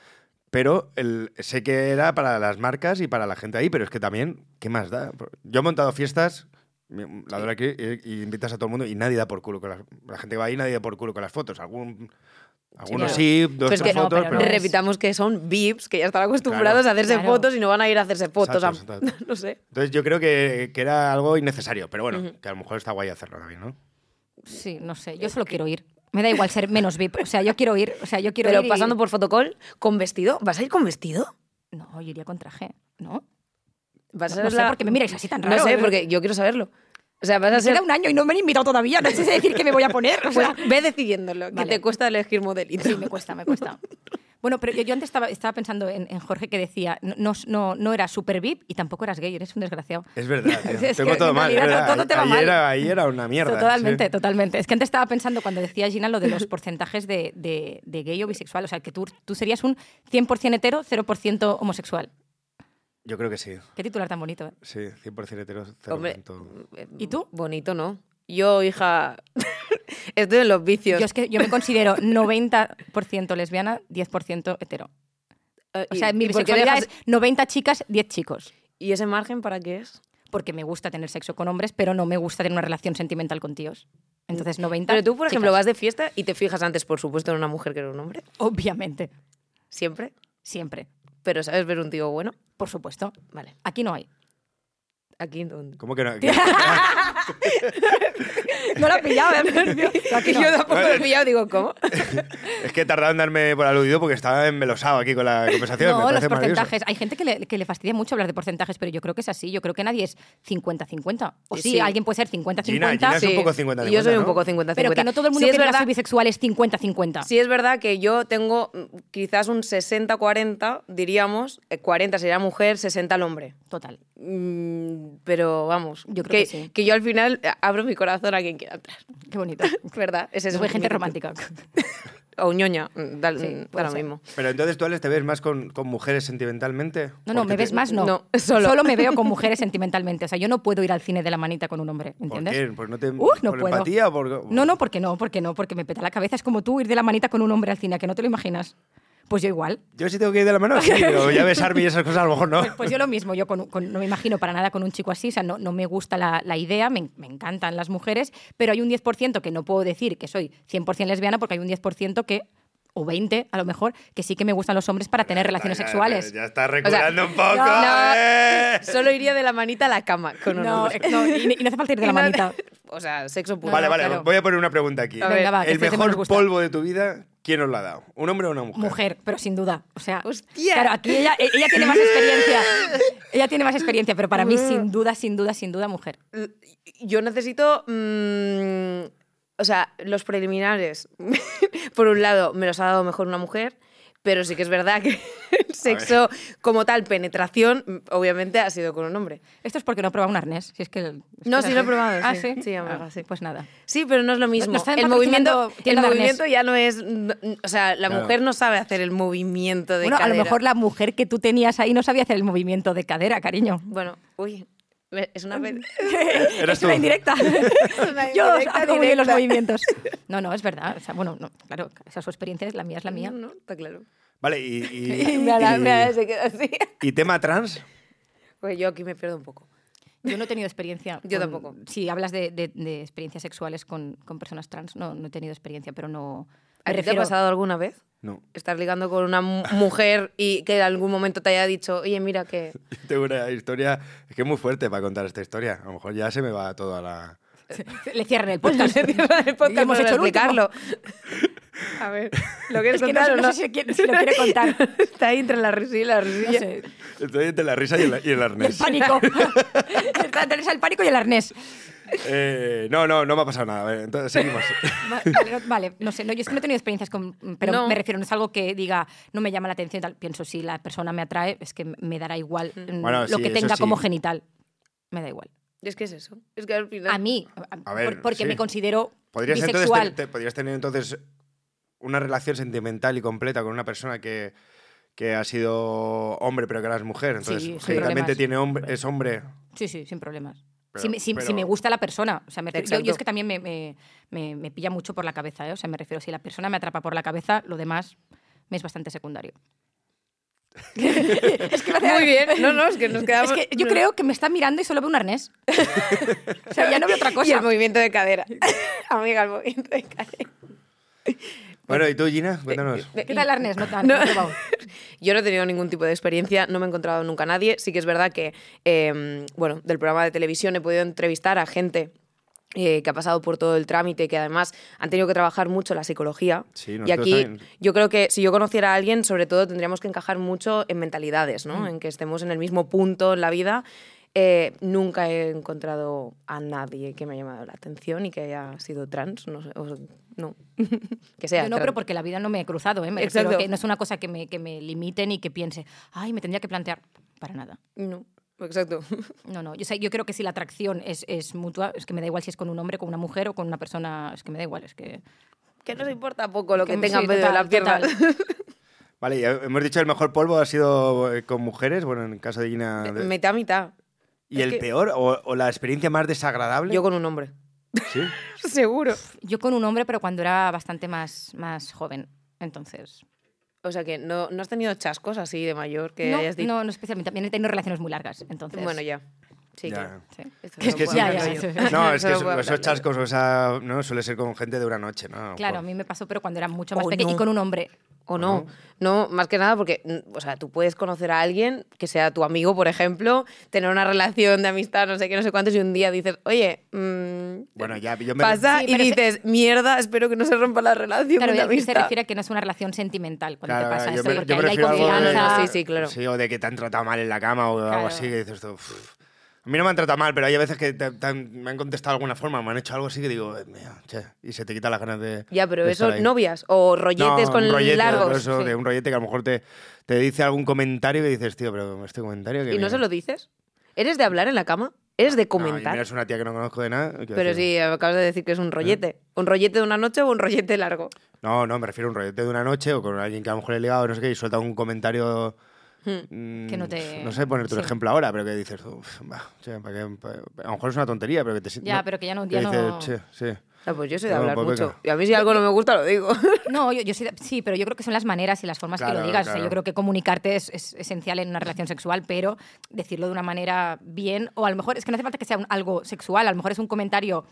[SPEAKER 2] Pero el, sé que era para las marcas y para la gente ahí, pero es que también, ¿qué más da? Yo he montado fiestas, mi- la verdad que eh, y, y invitas a todo el mundo y nadie da por culo con las, la gente que va ahí, nadie da por culo con las fotos. Algún, algunos
[SPEAKER 1] claro.
[SPEAKER 2] sí, dos
[SPEAKER 3] Pues
[SPEAKER 1] que
[SPEAKER 2] tres
[SPEAKER 1] no,
[SPEAKER 2] fotos,
[SPEAKER 1] pero
[SPEAKER 2] pero,
[SPEAKER 1] no.
[SPEAKER 3] Repitamos que son VIPs, que ya están acostumbrados
[SPEAKER 2] Claro.
[SPEAKER 3] a hacerse
[SPEAKER 1] Claro.
[SPEAKER 3] fotos y no van a ir a hacerse fotos.
[SPEAKER 2] Exacto,
[SPEAKER 3] a-
[SPEAKER 2] exacto.
[SPEAKER 3] no sé.
[SPEAKER 2] Entonces yo creo que, que era algo innecesario, pero bueno, que a lo mejor está guay hacerlo también, ¿no?
[SPEAKER 1] Sí, no sé.
[SPEAKER 2] eh,
[SPEAKER 1] Yo solo quiero ir. Me da igual ser menos VIP. O sea, yo quiero ir. O sea, yo quiero
[SPEAKER 3] Pero
[SPEAKER 1] ir y-
[SPEAKER 3] pasando por fotocall, con vestido, ¿vas a ir con vestido?
[SPEAKER 1] No, yo iría con traje, ¿no?
[SPEAKER 3] ¿Vas a
[SPEAKER 1] No-
[SPEAKER 3] ser
[SPEAKER 1] no sé
[SPEAKER 3] la-
[SPEAKER 1] por qué me miráis así tan raro.
[SPEAKER 3] No sé, porque yo quiero saberlo. O sea, vas a ser...
[SPEAKER 1] Queda un año y no me han invitado todavía. No sé si decir qué me voy a poner. O
[SPEAKER 3] Pues
[SPEAKER 1] sea,
[SPEAKER 3] ve decidiéndolo, que
[SPEAKER 1] Vale.
[SPEAKER 3] te cuesta elegir modelito.
[SPEAKER 1] sí, me cuesta, me cuesta. Bueno, pero yo, yo antes estaba, estaba pensando en, en Jorge que decía, no- no, no, no eras super VIP y tampoco eras gay, eres un desgraciado.
[SPEAKER 2] Es verdad, tío.
[SPEAKER 1] Es
[SPEAKER 2] tengo
[SPEAKER 1] que
[SPEAKER 2] todo
[SPEAKER 1] en
[SPEAKER 2] mal. es
[SPEAKER 1] realidad
[SPEAKER 2] verdad.
[SPEAKER 1] todo te va
[SPEAKER 2] ahí,
[SPEAKER 1] mal.
[SPEAKER 2] Era, ahí era una mierda.
[SPEAKER 1] Totalmente,
[SPEAKER 2] sí.
[SPEAKER 1] totalmente. Es que antes estaba pensando cuando decía Gina lo de los porcentajes de, de- de gay o bisexual. O sea, que tú, tú serías un 100% hetero, 0% homosexual.
[SPEAKER 2] Yo creo que sí.
[SPEAKER 1] Qué titular tan bonito, ¿eh?
[SPEAKER 2] Sí, 100% hetero. cero
[SPEAKER 3] Hombre,
[SPEAKER 2] punto.
[SPEAKER 3] eh,
[SPEAKER 1] ¿Y tú?
[SPEAKER 3] Bonito, ¿no? Yo, hija, estoy en los vicios.
[SPEAKER 1] Yo, es que yo me considero 90% lesbiana, 10% hetero.
[SPEAKER 3] Eh,
[SPEAKER 1] O
[SPEAKER 3] y-
[SPEAKER 1] sea, mi
[SPEAKER 3] ¿y por qué
[SPEAKER 1] bisexualidad
[SPEAKER 3] dejas-
[SPEAKER 1] es 90 chicas, 10 chicos.
[SPEAKER 3] ¿Y ese margen para qué es?
[SPEAKER 1] Porque me gusta tener sexo con hombres, pero no me gusta tener una relación sentimental con tíos. Entonces, 90
[SPEAKER 3] Pero tú, por ejemplo, vas
[SPEAKER 1] chicas.
[SPEAKER 3] de fiesta y te fijas antes, por supuesto, en una mujer que en un hombre.
[SPEAKER 1] Obviamente,
[SPEAKER 3] Siempre.
[SPEAKER 1] siempre,
[SPEAKER 3] Pero sabes ver un tío bueno.
[SPEAKER 1] por supuesto.
[SPEAKER 3] Vale.
[SPEAKER 1] Aquí no hay.
[SPEAKER 3] Aquí donde.
[SPEAKER 2] ¿Cómo que no?
[SPEAKER 1] No la pillaba, ¿eh? Aquí no.
[SPEAKER 3] Yo tampoco lo he
[SPEAKER 2] Vale.
[SPEAKER 3] pillado, digo, ¿cómo?
[SPEAKER 2] es que he tardado en darme por aludido porque estaba envelosado aquí con la conversación. me
[SPEAKER 1] No, los
[SPEAKER 2] parece maravilloso.
[SPEAKER 1] porcentajes. Hay gente que le, que le fastidia mucho hablar de porcentajes, pero yo creo que es así. Yo creo que nadie es 50-50. O sí,
[SPEAKER 3] Sí.
[SPEAKER 1] alguien puede ser
[SPEAKER 2] Gina,
[SPEAKER 1] 50-50,
[SPEAKER 2] Gina es un poco 50-50,
[SPEAKER 3] Yo soy
[SPEAKER 2] ¿no?
[SPEAKER 3] un poco 50-50.
[SPEAKER 1] pero que no todo el mundo
[SPEAKER 3] Sí,
[SPEAKER 1] que
[SPEAKER 3] es
[SPEAKER 1] diga
[SPEAKER 3] verdad,
[SPEAKER 1] soy bisexual es 50-50.
[SPEAKER 3] sí es verdad que yo tengo mm, quizás un 60-40, diríamos. eh, 40 sería mujer, 60 el hombre.
[SPEAKER 1] Total.
[SPEAKER 3] Mm, Pero vamos,
[SPEAKER 1] Yo creo que sí.
[SPEAKER 3] yo al final eh, abro mi corazón a quien quiera entrar.
[SPEAKER 1] Qué bonito.
[SPEAKER 3] ¿Verdad? Ese
[SPEAKER 1] Yo
[SPEAKER 3] es
[SPEAKER 1] soy gente
[SPEAKER 3] mi-
[SPEAKER 1] romántica.
[SPEAKER 3] O ñoña, mm, da,
[SPEAKER 1] Sí,
[SPEAKER 3] mm, da
[SPEAKER 1] puede
[SPEAKER 3] lo
[SPEAKER 1] ser.
[SPEAKER 3] mismo.
[SPEAKER 2] Pero entonces tú, Alex, ¿te ves más con, con mujeres sentimentalmente?
[SPEAKER 1] No, no,
[SPEAKER 2] Porque
[SPEAKER 1] me ves
[SPEAKER 2] te-
[SPEAKER 1] más, no.
[SPEAKER 3] No, solo.
[SPEAKER 1] me veo con mujeres sentimentalmente. O sea, yo no puedo ir al cine de la manita con un hombre,
[SPEAKER 2] ¿Por
[SPEAKER 1] ¿entiendes?
[SPEAKER 2] qué? ¿Por, no te,
[SPEAKER 1] Uf, no
[SPEAKER 2] por
[SPEAKER 1] puedo.
[SPEAKER 2] Em, empatía? o Por,
[SPEAKER 1] No, no, porque no, porque no, porque me peta la cabeza. Es como tú ir de la manita con un hombre al cine, ¿a que no te lo imaginas. Pues yo igual.
[SPEAKER 2] Yo sí tengo que ir de la mano, sí, pero ya besarme y esas cosas a lo mejor no.
[SPEAKER 1] Pues, pues yo lo mismo, yo con- con- no me imagino para nada con un chico así, o sea, no, no me gusta la, la idea, me, me encantan las mujeres, pero hay un 10% que no puedo decir que soy 100% lesbiana porque hay un 10% que, o 20 a lo mejor, que sí que me gustan los hombres para tener relaciones
[SPEAKER 2] Ya- ya-
[SPEAKER 1] sexuales.
[SPEAKER 2] Ya, estás reculando un poco.
[SPEAKER 1] no,
[SPEAKER 3] no.
[SPEAKER 2] ¿eh?
[SPEAKER 3] Solo iría de la manita a la cama con un
[SPEAKER 1] No,
[SPEAKER 3] hombre.
[SPEAKER 1] no, y, y no hace falta ir de la
[SPEAKER 3] Y no-
[SPEAKER 1] manita.
[SPEAKER 3] O sea, sexo puro.
[SPEAKER 2] Vale,
[SPEAKER 1] no,
[SPEAKER 2] vale,
[SPEAKER 1] claro.
[SPEAKER 2] voy a poner una pregunta aquí.
[SPEAKER 3] A ver,
[SPEAKER 1] Venga, va, que
[SPEAKER 2] El
[SPEAKER 1] este es el que nos
[SPEAKER 2] mejor
[SPEAKER 1] gusta.
[SPEAKER 2] polvo de tu vida, ¿quién nos lo ha dado? ¿Un hombre o una mujer?
[SPEAKER 1] Mujer, pero sin duda. O sea,
[SPEAKER 3] Hostia.
[SPEAKER 1] claro, aquí ella, e- ella tiene más experiencia. Ella tiene más experiencia, pero para mí, sin duda, sin duda, sin duda, mujer.
[SPEAKER 3] L- Yo necesito. mm, o sea, los preliminares. Por un lado, me los ha dado mejor una mujer. Pero sí que es verdad que el sexo como tal, penetración, mm, obviamente ha sido con un hombre.
[SPEAKER 1] Esto es porque no he probado un arnés. Si es que,
[SPEAKER 3] No, sí lo he probado,
[SPEAKER 1] Ah,
[SPEAKER 3] sí.
[SPEAKER 1] sí.
[SPEAKER 3] Sí, amiga,
[SPEAKER 1] Ah,
[SPEAKER 3] sí.
[SPEAKER 1] Pues nada.
[SPEAKER 3] Sí, pero no es lo mismo.
[SPEAKER 1] nos están
[SPEAKER 3] el movimiento,
[SPEAKER 1] patrocinando
[SPEAKER 3] el
[SPEAKER 1] tiendas
[SPEAKER 3] movimiento ya no es. n- n- O sea, la
[SPEAKER 2] Claro.
[SPEAKER 3] mujer no sabe hacer el movimiento de
[SPEAKER 1] Bueno, a lo
[SPEAKER 3] cadera.
[SPEAKER 1] mejor la mujer que tú tenías ahí no sabía hacer el movimiento de cadera, cariño.
[SPEAKER 3] Bueno, uy, me- es una vez.
[SPEAKER 2] Eras
[SPEAKER 1] es una
[SPEAKER 2] tú.
[SPEAKER 1] indirecta.
[SPEAKER 3] una
[SPEAKER 1] Yo
[SPEAKER 3] indirecta,
[SPEAKER 1] hago muy bien los
[SPEAKER 3] directa.
[SPEAKER 1] movimientos. No, no, es verdad. O sea, bueno, no, claro, esa es su experiencia, es la mía es la mía.
[SPEAKER 3] No, está claro.
[SPEAKER 2] Vale, y, y-
[SPEAKER 3] me ala- me ala-
[SPEAKER 2] y-
[SPEAKER 3] se queda así.
[SPEAKER 2] y tema trans?
[SPEAKER 3] Pues yo aquí me pierdo un poco.
[SPEAKER 1] Yo no he tenido experiencia.
[SPEAKER 3] Yo
[SPEAKER 1] con-
[SPEAKER 3] tampoco.
[SPEAKER 1] Si hablas de, de- de experiencias sexuales con, con personas trans, no, no he tenido experiencia, pero no.
[SPEAKER 3] ¿A
[SPEAKER 1] Me
[SPEAKER 3] ti
[SPEAKER 1] refiero,
[SPEAKER 3] te ha pasado alguna vez?
[SPEAKER 2] No.
[SPEAKER 3] Estar ligando con una mu- mujer y que en algún momento te haya dicho, oye, mira que.
[SPEAKER 2] Yo tengo una historia, es que es muy fuerte para contar esta historia. A lo mejor ya se me va toda la...
[SPEAKER 1] Le cierran el podcast.
[SPEAKER 3] el podcast
[SPEAKER 1] hemos
[SPEAKER 3] no
[SPEAKER 1] hecho el último.
[SPEAKER 3] explicarlo. A ver, ¿lo quieres
[SPEAKER 1] Es que no
[SPEAKER 3] contar
[SPEAKER 1] sé-
[SPEAKER 3] o
[SPEAKER 1] no
[SPEAKER 3] no?
[SPEAKER 1] sé si quiere- si lo quiere contar.
[SPEAKER 3] Está ahí entre la risa y la risilla.
[SPEAKER 1] No sé,
[SPEAKER 2] Estoy entre la risa y el, y el
[SPEAKER 1] el
[SPEAKER 2] arnés.
[SPEAKER 1] pánico. Está tenés el pánico y el arnés.
[SPEAKER 2] Eh, no, no, no me ha pasado nada. Vale, entonces seguimos.
[SPEAKER 1] Va- Vale, no, vale, no sé, no, yo es que no he tenido experiencias con. Pero
[SPEAKER 3] No.
[SPEAKER 1] me refiero, no es algo que diga, no me llama la atención y tal. Pienso, si la persona me atrae, es que me dará igual mm,
[SPEAKER 2] Bueno,
[SPEAKER 1] lo
[SPEAKER 2] sí,
[SPEAKER 1] que
[SPEAKER 2] eso
[SPEAKER 1] tenga
[SPEAKER 2] sí.
[SPEAKER 1] como genital. Me da igual.
[SPEAKER 3] Es que es eso. Es que al final.
[SPEAKER 1] A mí, a-
[SPEAKER 2] A ver,
[SPEAKER 1] por- porque
[SPEAKER 2] sí.
[SPEAKER 1] me considero
[SPEAKER 2] ¿Podrías, entonces,
[SPEAKER 1] bisexual.
[SPEAKER 2] te- te- podrías tener entonces una relación sentimental y completa con una persona que, que ha sido hombre pero que ahora es mujer. Entonces,
[SPEAKER 1] Sí, sin
[SPEAKER 2] generalmente
[SPEAKER 1] problemas.
[SPEAKER 2] tiene hombre, es hombre.
[SPEAKER 1] Sí, sí, sin problemas.
[SPEAKER 2] Pero-
[SPEAKER 1] si, me, si-
[SPEAKER 2] pero-
[SPEAKER 1] si me gusta la persona. O sea, me refiero- yo- yo,
[SPEAKER 3] Exacto.
[SPEAKER 1] es que también me, me- me- me pilla mucho por la cabeza. ¿eh? O sea, me refiero, si la persona me atrapa por la cabeza, lo demás me es bastante secundario. es que me hace-
[SPEAKER 3] Muy bien. No, no, es que nos
[SPEAKER 1] Es
[SPEAKER 3] quedamos.
[SPEAKER 1] que yo creo que me está mirando y solo veo un arnés. o sea, ya no veo otra
[SPEAKER 3] Y el
[SPEAKER 1] cosa.
[SPEAKER 3] movimiento de cadera. Amiga, el movimiento de cadera.
[SPEAKER 2] Bueno, ¿y tú, Gina? Cuéntanos.
[SPEAKER 1] ¿Qué tal el arnés? No, tan-
[SPEAKER 3] No.
[SPEAKER 1] no he probado.
[SPEAKER 3] Yo no he tenido ningún tipo de experiencia, no me he encontrado nunca a nadie. Sí que es verdad que, eh, bueno, del programa de televisión he podido entrevistar a gente eh, que ha pasado por todo el trámite, que además han tenido que trabajar mucho la psicología.
[SPEAKER 2] Sí,
[SPEAKER 3] y
[SPEAKER 2] nosotros
[SPEAKER 3] aquí
[SPEAKER 2] también.
[SPEAKER 3] yo creo que si yo conociera a
[SPEAKER 2] Mm.
[SPEAKER 3] alguien, sobre todo tendríamos que encajar mucho en mentalidades, ¿no? En que estemos en el mismo punto en la vida. eh, nunca he encontrado a nadie que me haya llamado la atención y que haya sido trans. No, sé, o- no. que sea
[SPEAKER 1] Yo no,
[SPEAKER 3] trans.
[SPEAKER 1] pero porque la vida no me he cruzado, ¿eh? Me refiero
[SPEAKER 3] Exacto.
[SPEAKER 1] que no es una cosa que me, que me limiten y que piense, ay, me tendría que plantear. Para nada.
[SPEAKER 3] No, exacto.
[SPEAKER 1] No, no. Yo, sé- yo creo que si la atracción es, es mutua, es que me da igual si es con un hombre, con una mujer o con una persona. Es que me da igual, es que.
[SPEAKER 3] que nos importa poco lo que,
[SPEAKER 1] que-
[SPEAKER 3] tengan
[SPEAKER 1] sí,
[SPEAKER 3] medio de
[SPEAKER 1] total,
[SPEAKER 3] la pierna.
[SPEAKER 1] total.
[SPEAKER 2] Vale, y hemos dicho el mejor polvo ha sido eh, con mujeres, bueno, en el caso de Gina. de-
[SPEAKER 3] mitad, mitad.
[SPEAKER 2] ¿Y
[SPEAKER 3] Eh, es
[SPEAKER 2] el
[SPEAKER 3] que-
[SPEAKER 2] peor o, o la experiencia más desagradable?
[SPEAKER 3] Yo con un hombre.
[SPEAKER 2] Sí.
[SPEAKER 3] Seguro.
[SPEAKER 1] Yo con un hombre, pero cuando era bastante más, más joven. Entonces.
[SPEAKER 3] O sea que no, no has tenido chascos así de mayor que
[SPEAKER 1] No,
[SPEAKER 3] hayas dicho.
[SPEAKER 1] no, no especialmente. También he tenido relaciones muy largas. Entonces.
[SPEAKER 3] Bueno, ya. Sí,
[SPEAKER 2] Ya.
[SPEAKER 3] que-
[SPEAKER 1] sí.
[SPEAKER 3] esto
[SPEAKER 2] Es
[SPEAKER 3] no
[SPEAKER 2] que
[SPEAKER 3] puedo
[SPEAKER 2] sí,
[SPEAKER 1] Ya,
[SPEAKER 3] hablar
[SPEAKER 1] ya,
[SPEAKER 3] yo.
[SPEAKER 1] eso-
[SPEAKER 2] No, es que eso-
[SPEAKER 3] Eso puedo hablar
[SPEAKER 2] esos
[SPEAKER 3] yo.
[SPEAKER 2] chascos, o sea, no suele ser con gente de una noche, ¿no?
[SPEAKER 1] Claro, a
[SPEAKER 2] Por-
[SPEAKER 1] mí me pasó, pero cuando era mucho más
[SPEAKER 3] Oh,
[SPEAKER 1] pequeña
[SPEAKER 3] no.
[SPEAKER 1] y con un hombre.
[SPEAKER 3] O no. No, más que nada porque, mm, o sea, tú puedes conocer a alguien que sea tu amigo, por ejemplo, tener una relación de amistad, no sé qué, no sé cuántos, y un día dices, oye, mm,
[SPEAKER 2] Bueno, ya, yo me.
[SPEAKER 3] pasa
[SPEAKER 1] Sí,
[SPEAKER 3] y
[SPEAKER 1] pero se-
[SPEAKER 3] dices, mierda, espero que no se rompa la relación
[SPEAKER 1] Claro,
[SPEAKER 3] de
[SPEAKER 1] y se
[SPEAKER 3] amistad.
[SPEAKER 1] refiere a que no es una relación sentimental cuando
[SPEAKER 2] Claro,
[SPEAKER 1] te pasa
[SPEAKER 2] yo
[SPEAKER 1] eso,
[SPEAKER 2] me-
[SPEAKER 1] porque
[SPEAKER 2] yo
[SPEAKER 1] ahí hay
[SPEAKER 2] prefiero algo de-
[SPEAKER 1] confianza.
[SPEAKER 3] Sí, sí, claro.
[SPEAKER 2] Sí, o de que te han tratado mal en la cama o
[SPEAKER 1] Claro.
[SPEAKER 2] algo así, que dices tú. "Uf". A mí no me han tratado mal, pero hay veces que te- te han- me han contestado de alguna forma, me han hecho algo así que digo, "Eh, mira, che", y se te quita las ganas de.
[SPEAKER 3] Ya, pero
[SPEAKER 2] de
[SPEAKER 3] eso,
[SPEAKER 2] estar ahí.
[SPEAKER 3] novias o rolletes
[SPEAKER 2] No,
[SPEAKER 3] con
[SPEAKER 2] un rollete,
[SPEAKER 3] largos.
[SPEAKER 2] pero eso
[SPEAKER 1] sí.
[SPEAKER 2] de un rollete que a lo mejor te, te dice algún comentario que dices, tío, pero este comentario que.
[SPEAKER 3] ¿Y no se lo dices? ¿Eres de hablar en la cama? ¿Eres de comentar?
[SPEAKER 2] es una tía que no conozco de nada. quiero
[SPEAKER 3] pero
[SPEAKER 2] decir,
[SPEAKER 3] sí, acabas de decir que es un rollete. ¿Un rollete de una noche o un rollete largo?
[SPEAKER 2] No, no, me refiero a un rollete de una noche o con alguien que a lo mejor he ligado, no sé qué, y suelta un comentario. mm,
[SPEAKER 1] Hmm. Que no te-
[SPEAKER 2] No sé ponerte un
[SPEAKER 1] sí.
[SPEAKER 2] ejemplo ahora, pero que dices, "Uf, bah, che, ¿para qué? Pa- a lo mejor es una tontería, pero que te si-
[SPEAKER 1] Ya, pero que ya no-
[SPEAKER 2] que
[SPEAKER 1] ya
[SPEAKER 2] dices,
[SPEAKER 1] no-
[SPEAKER 2] "Che, sí.
[SPEAKER 3] Ah, pues yo soy de
[SPEAKER 2] No,
[SPEAKER 3] hablar
[SPEAKER 2] pues venga.
[SPEAKER 3] mucho. Y a mí si algo no me gusta, lo digo.
[SPEAKER 1] No, yo, yo sí, sí, pero yo creo que son las maneras y las formas que
[SPEAKER 2] Claro,
[SPEAKER 1] lo digas. O sea,
[SPEAKER 2] claro.
[SPEAKER 1] yo creo que comunicarte es, es esencial en una relación sexual, pero decirlo de una manera bien, o a lo mejor es que no hace falta que sea un- algo sexual, a lo mejor es un comentario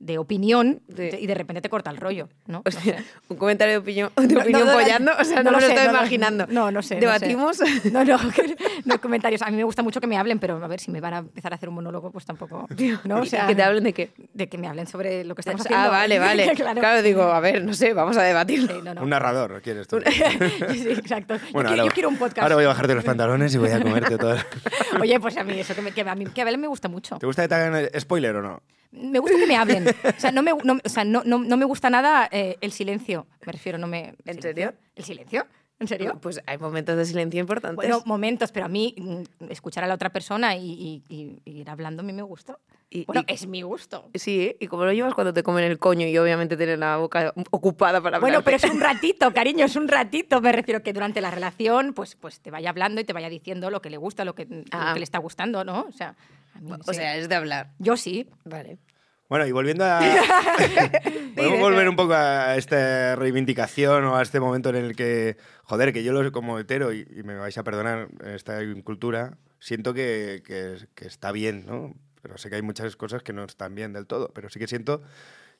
[SPEAKER 1] de opinión
[SPEAKER 3] Sí.
[SPEAKER 1] y de repente te corta el rollo, ¿no?
[SPEAKER 3] O
[SPEAKER 1] No
[SPEAKER 3] sea,
[SPEAKER 1] sé.
[SPEAKER 3] un comentario de opinión, de
[SPEAKER 1] No,
[SPEAKER 3] opinión
[SPEAKER 1] no, no,
[SPEAKER 3] follando, o sea, no, me lo
[SPEAKER 1] sé,
[SPEAKER 3] estoy
[SPEAKER 1] no, no,
[SPEAKER 3] imaginando.
[SPEAKER 1] No, no sé. no
[SPEAKER 3] ¿Debatimos?
[SPEAKER 1] sé. No, no, que- no, comentarios. A mí me gusta mucho que me hablen, pero a ver, si me van a empezar a hacer un monólogo, pues tampoco. ¿no? O sea,
[SPEAKER 3] ¿Que te hablen de qué?
[SPEAKER 1] de que me hablen sobre lo que estamos haciendo.
[SPEAKER 3] Ah, vale, vale. claro.
[SPEAKER 1] claro.
[SPEAKER 3] digo, a ver, no sé, vamos a debatirlo.
[SPEAKER 1] Sí, no, no.
[SPEAKER 2] Un narrador, ¿quieres tú?
[SPEAKER 1] sí, exacto. Yo quiero- yo,
[SPEAKER 2] ahora-
[SPEAKER 1] quiero, un podcast.
[SPEAKER 2] Ahora voy a bajarte los pantalones y voy a comerte todo.
[SPEAKER 1] Oye, pues a mí eso, que, me, que a mí que hablen me gusta mucho.
[SPEAKER 2] ¿Te gusta que te hagan spoiler o no?
[SPEAKER 1] Me gusta que me hablen. O sea, no me, no, o sea, no, no, no me gusta nada eh, el silencio. Me refiero, no me...
[SPEAKER 3] ¿En
[SPEAKER 1] ¿silencio?
[SPEAKER 3] serio?
[SPEAKER 1] ¿El silencio? ¿En serio?
[SPEAKER 3] Pues hay momentos de silencio importantes.
[SPEAKER 1] Bueno, momentos, pero a mí mm, escuchar a la otra persona y, y- y- y ir hablando a mí me gusta.
[SPEAKER 3] Y-
[SPEAKER 1] bueno,
[SPEAKER 3] y-
[SPEAKER 1] es mi gusto.
[SPEAKER 3] Sí, ¿eh? ¿y cómo lo llevas cuando te comen el coño y obviamente tienes la boca ocupada para hablar?
[SPEAKER 1] Bueno, pero es un ratito, cariño, es un ratito. Me refiero que durante la relación, pues, pues te vaya hablando y te vaya diciendo lo que le gusta, lo que, lo
[SPEAKER 3] Ah.
[SPEAKER 1] que le está gustando, ¿no? O sea, a mí
[SPEAKER 3] O
[SPEAKER 1] sí.
[SPEAKER 3] sea, es de hablar.
[SPEAKER 1] yo sí.
[SPEAKER 3] Vale.
[SPEAKER 2] Bueno, y volviendo a. Podemos volver un poco a esta reivindicación o a este momento en el que, joder, que yo lo- como hetero, y, y me vais a perdonar esta cultura, siento que, que- que está bien, ¿no? Pero sé que hay muchas cosas que no están bien del todo, pero sí que siento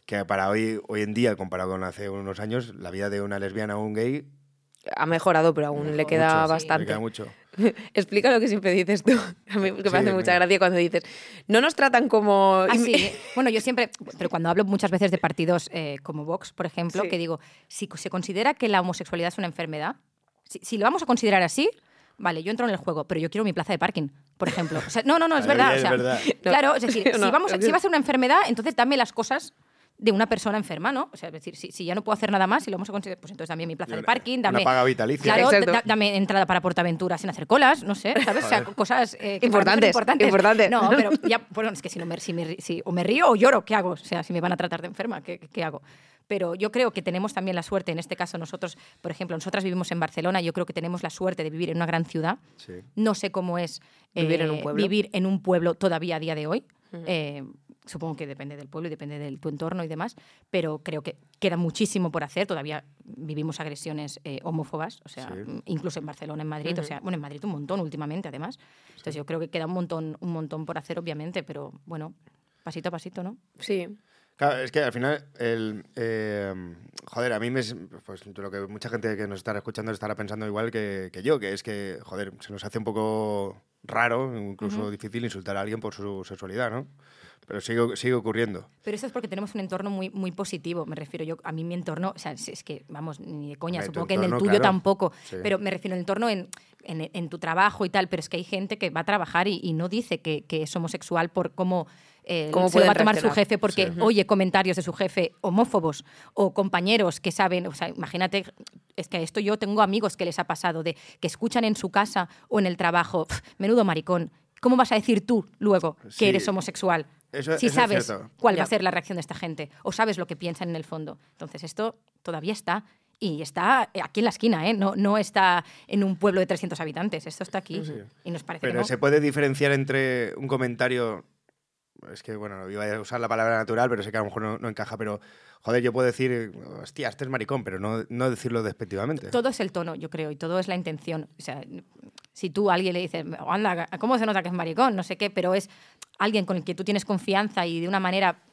[SPEAKER 2] que para hoy, hoy en día, comparado con hace unos años, la vida de una lesbiana o un gay
[SPEAKER 3] Ha mejorado, pero aún le queda
[SPEAKER 2] mucho,
[SPEAKER 3] bastante.
[SPEAKER 2] le queda mucho.
[SPEAKER 3] Explica lo que siempre dices tú. A mí que
[SPEAKER 2] Sí,
[SPEAKER 3] me hace mucha
[SPEAKER 2] mira.
[SPEAKER 3] gracia cuando dices, no nos tratan como...
[SPEAKER 1] Ah, sí, eh. Bueno, yo siempre, pero cuando hablo muchas veces de partidos eh, como Vox, por ejemplo,
[SPEAKER 3] Sí.
[SPEAKER 1] que digo, si se considera que la homosexualidad es una enfermedad, si, si lo vamos a considerar así, vale, yo entro en el juego, pero yo quiero mi plaza de parking, por ejemplo. O sea, no, no, no, es
[SPEAKER 2] Madre
[SPEAKER 1] verdad.
[SPEAKER 2] mía,
[SPEAKER 1] o
[SPEAKER 2] es
[SPEAKER 1] sea,
[SPEAKER 2] verdad.
[SPEAKER 1] Claro, es decir,
[SPEAKER 3] No,
[SPEAKER 1] si, vamos,
[SPEAKER 3] es
[SPEAKER 1] si va a ser una enfermedad, entonces dame las cosas de una persona enferma, ¿no? O sea, es decir, si, si ya no puedo hacer nada más, si lo vamos a considerar, pues entonces dame mi plaza
[SPEAKER 2] Una-
[SPEAKER 1] de parking,
[SPEAKER 2] una
[SPEAKER 1] dame...
[SPEAKER 2] paga vitalicia.
[SPEAKER 1] Claro,
[SPEAKER 3] Exacto.
[SPEAKER 1] da- dame entrada para Portaventura sin hacer colas, no sé, ¿sabes? O sea,
[SPEAKER 2] Joder.
[SPEAKER 1] cosas... eh, que para mí son
[SPEAKER 3] Importantes, importantes.
[SPEAKER 1] No, pero ya, bueno, es que si, no me, si me ri- si- o me río o lloro, ¿qué hago? O sea, si me van a tratar de enferma, ¿qué, qué hago? Pero yo creo que tenemos también la suerte, en este caso nosotros, por ejemplo, nosotras vivimos en Barcelona, yo creo que tenemos la suerte de vivir en una gran ciudad.
[SPEAKER 2] Sí.
[SPEAKER 1] No sé cómo es eh,
[SPEAKER 3] Vivir en un pueblo.
[SPEAKER 1] vivir en un pueblo todavía a día de hoy. Eh, supongo que depende del pueblo y depende de tu entorno y demás, pero creo que queda muchísimo por hacer. Todavía vivimos agresiones eh, homófobas, o sea,
[SPEAKER 2] Sí.
[SPEAKER 1] mm, incluso en Barcelona, en Madrid, o sea, bueno, en Madrid un montón últimamente, además. Entonces yo creo que queda un montón, un montón por hacer, obviamente, pero bueno, pasito a pasito, ¿no?
[SPEAKER 3] Sí.
[SPEAKER 2] Claro, es que al final, el, eh, joder, a mí me. es- Pues lo que mucha gente que nos estará escuchando estará pensando igual que, que yo, que es que, joder, se nos hace un poco raro, incluso difícil, insultar a alguien por su sexualidad, ¿no? Pero sigue, sigue ocurriendo.
[SPEAKER 1] Pero eso es porque tenemos un entorno muy, muy positivo, me refiero yo. A mí mi entorno, o sea, es, es que, vamos, ni de coña,
[SPEAKER 2] Hombre, tu
[SPEAKER 1] supongo que en el
[SPEAKER 2] entorno,
[SPEAKER 1] tuyo
[SPEAKER 2] claro.
[SPEAKER 1] tampoco,
[SPEAKER 2] Sí.
[SPEAKER 1] pero me refiero al entorno en, en, en tu trabajo y tal, pero es que hay gente que va a trabajar y, y no dice que, que es homosexual por cómo... eh,
[SPEAKER 3] ¿Cómo
[SPEAKER 1] se lo va a
[SPEAKER 3] pueden
[SPEAKER 1] tomar su
[SPEAKER 3] reaccionar?
[SPEAKER 1] jefe porque
[SPEAKER 2] Sí.
[SPEAKER 1] oye comentarios de su jefe homófobos o compañeros que saben, o sea, imagínate, es que esto yo tengo amigos que les ha pasado de que escuchan en su casa o en el trabajo, "Pf, menudo maricón. ¿Cómo vas a decir tú luego que
[SPEAKER 2] Sí.
[SPEAKER 1] eres homosexual?
[SPEAKER 2] Eso-
[SPEAKER 1] si
[SPEAKER 2] eso es
[SPEAKER 1] sabes
[SPEAKER 2] cierto.
[SPEAKER 1] cuál va
[SPEAKER 3] Ya.
[SPEAKER 1] a ser la reacción de esta gente o sabes lo que piensan en el fondo. Entonces esto todavía está y está aquí en la esquina, ¿eh? no, no está en un pueblo de 300 habitantes, esto está aquí y nos parece que
[SPEAKER 2] Pero
[SPEAKER 1] no.
[SPEAKER 2] se puede diferenciar entre un comentario. Es que, bueno, iba a usar la palabra natural, pero sé que a lo mejor no, no encaja. Pero, joder, yo puedo decir, hostia, este es maricón, pero no, no decirlo despectivamente.
[SPEAKER 1] todo es el tono, yo creo, y todo es la intención. O sea, si tú a alguien le dices, anda, ¿cómo se nota que es maricón? No sé qué, pero es alguien con el que tú tienes confianza y de una manera,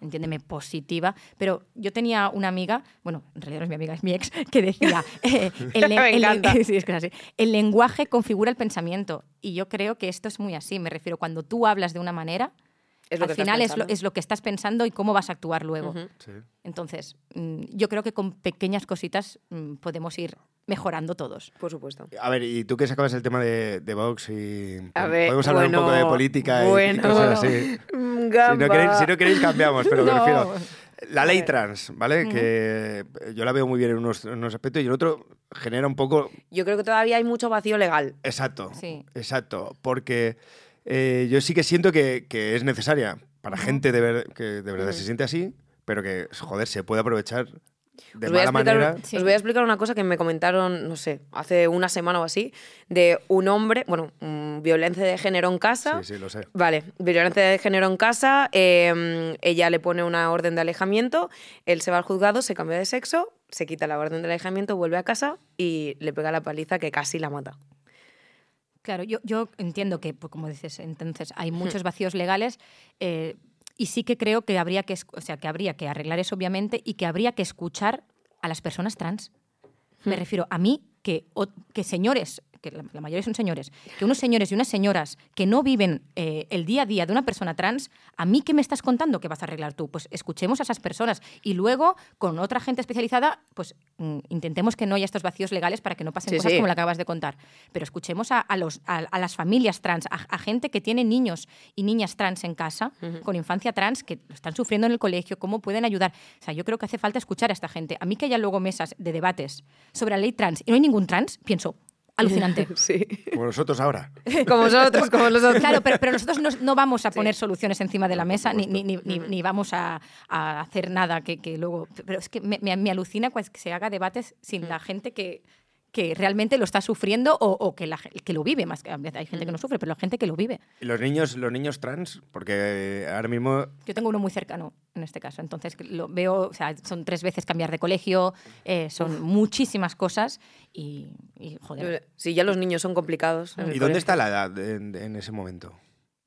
[SPEAKER 1] entiéndeme, positiva. Pero yo tenía una amiga, bueno, en realidad no es mi amiga, es mi ex, que decía, eh, el,
[SPEAKER 3] Me
[SPEAKER 1] el-
[SPEAKER 3] encanta.
[SPEAKER 1] sí, es que es así. el lenguaje configura el pensamiento. Y yo creo que esto es muy así. Me refiero, cuando tú hablas de una manera,
[SPEAKER 3] Es lo
[SPEAKER 1] al
[SPEAKER 3] que estás
[SPEAKER 1] final es lo,
[SPEAKER 3] pensando.
[SPEAKER 1] es lo que estás pensando y cómo vas a actuar luego.
[SPEAKER 3] Ujú.
[SPEAKER 2] Sí.
[SPEAKER 1] Entonces, mm, yo creo que con pequeñas cositas mm, podemos ir mejorando todos.
[SPEAKER 3] Por supuesto.
[SPEAKER 2] A ver, y tú que sacabas el tema de, de Vox y.
[SPEAKER 3] A ver,
[SPEAKER 2] podemos hablar
[SPEAKER 3] bueno,
[SPEAKER 2] un poco de política y- y
[SPEAKER 3] bueno.
[SPEAKER 2] cosas así.
[SPEAKER 3] Mm,
[SPEAKER 2] Si no,
[SPEAKER 3] gamba.
[SPEAKER 2] queréis, si no queréis, cambiamos, pero me
[SPEAKER 1] No.
[SPEAKER 2] refiero. La ley
[SPEAKER 3] ver.
[SPEAKER 2] trans, ¿vale? Que yo la veo muy bien en unos, en unos aspectos y en otro genera un poco
[SPEAKER 3] Yo creo que todavía hay mucho vacío legal.
[SPEAKER 2] Exacto.
[SPEAKER 1] Sí.
[SPEAKER 2] Exacto. Porque eh, yo sí que siento que, que es necesaria para gente de ver- que de verdad se siente así, pero que, joder, se puede aprovechar de
[SPEAKER 3] os voy, a
[SPEAKER 2] mala
[SPEAKER 3] explicar,
[SPEAKER 2] manera.
[SPEAKER 1] Sí.
[SPEAKER 3] os voy a explicar una cosa que me comentaron, no sé, hace una semana o así, de un hombre, bueno, mm, violencia de género en casa.
[SPEAKER 2] Sí, sí, lo sé.
[SPEAKER 3] Vale, violencia de género en casa, eh, ella le pone una orden de alejamiento, él se va al juzgado, se cambia de sexo, se quita la orden de alejamiento, vuelve a casa y le pega la paliza que casi la mata.
[SPEAKER 1] Claro, yo, yo entiendo que, pues, como dices, entonces
[SPEAKER 3] Hmm.
[SPEAKER 1] hay muchos vacíos legales eh, y sí que creo que habría que, es- o sea, que habría que arreglar eso, obviamente, y que habría que escuchar a las personas trans. Me
[SPEAKER 3] Hmm.
[SPEAKER 1] refiero a mí, que, o- que señores, que la, la mayoría son señores, que unos señores y unas señoras que no viven eh, el día a día de una persona trans, a mí qué me estás contando que vas a arreglar tú. Pues escuchemos a esas personas y luego con otra gente especializada, pues mm, intentemos que no haya estos vacíos legales para que no pasen
[SPEAKER 3] Sí,
[SPEAKER 1] cosas
[SPEAKER 3] sí.
[SPEAKER 1] como la que acabas de contar. Pero escuchemos a, a los, a, a las familias trans, a, a gente que tiene niños y niñas trans en casa, con infancia trans, que lo están sufriendo en el colegio, cómo pueden ayudar. O sea, yo creo que hace falta escuchar a esta gente. A mí que haya luego mesas de debates sobre la ley trans y no hay ningún trans, pienso, alucinante.
[SPEAKER 3] Sí.
[SPEAKER 2] Como nosotros ahora.
[SPEAKER 3] Como nosotros, como nosotros.
[SPEAKER 1] Claro, pero, pero nosotros no, no vamos a poner soluciones encima de la mesa ni, ni, ni- ni- ni vamos a, a hacer nada que, que luego... Pero es que me, me- me alucina cual- que se haga debates sin
[SPEAKER 3] Mm.
[SPEAKER 1] la gente que, que realmente lo está sufriendo o, o que, la, ge- que lo vive. más que Hay gente
[SPEAKER 3] Mm.
[SPEAKER 1] que no sufre, pero la gente que lo vive.
[SPEAKER 2] Y los niños, los niños trans, porque ahora mismo
[SPEAKER 1] Yo tengo uno muy cercano en este caso, entonces lo veo, o sea, son tres veces cambiar de colegio, eh, son muchísimas cosas y, y, joder.
[SPEAKER 3] Sí, ya los niños son complicados. en el
[SPEAKER 2] ¿Y dónde
[SPEAKER 3] colegio.
[SPEAKER 2] está la edad en, en ese momento?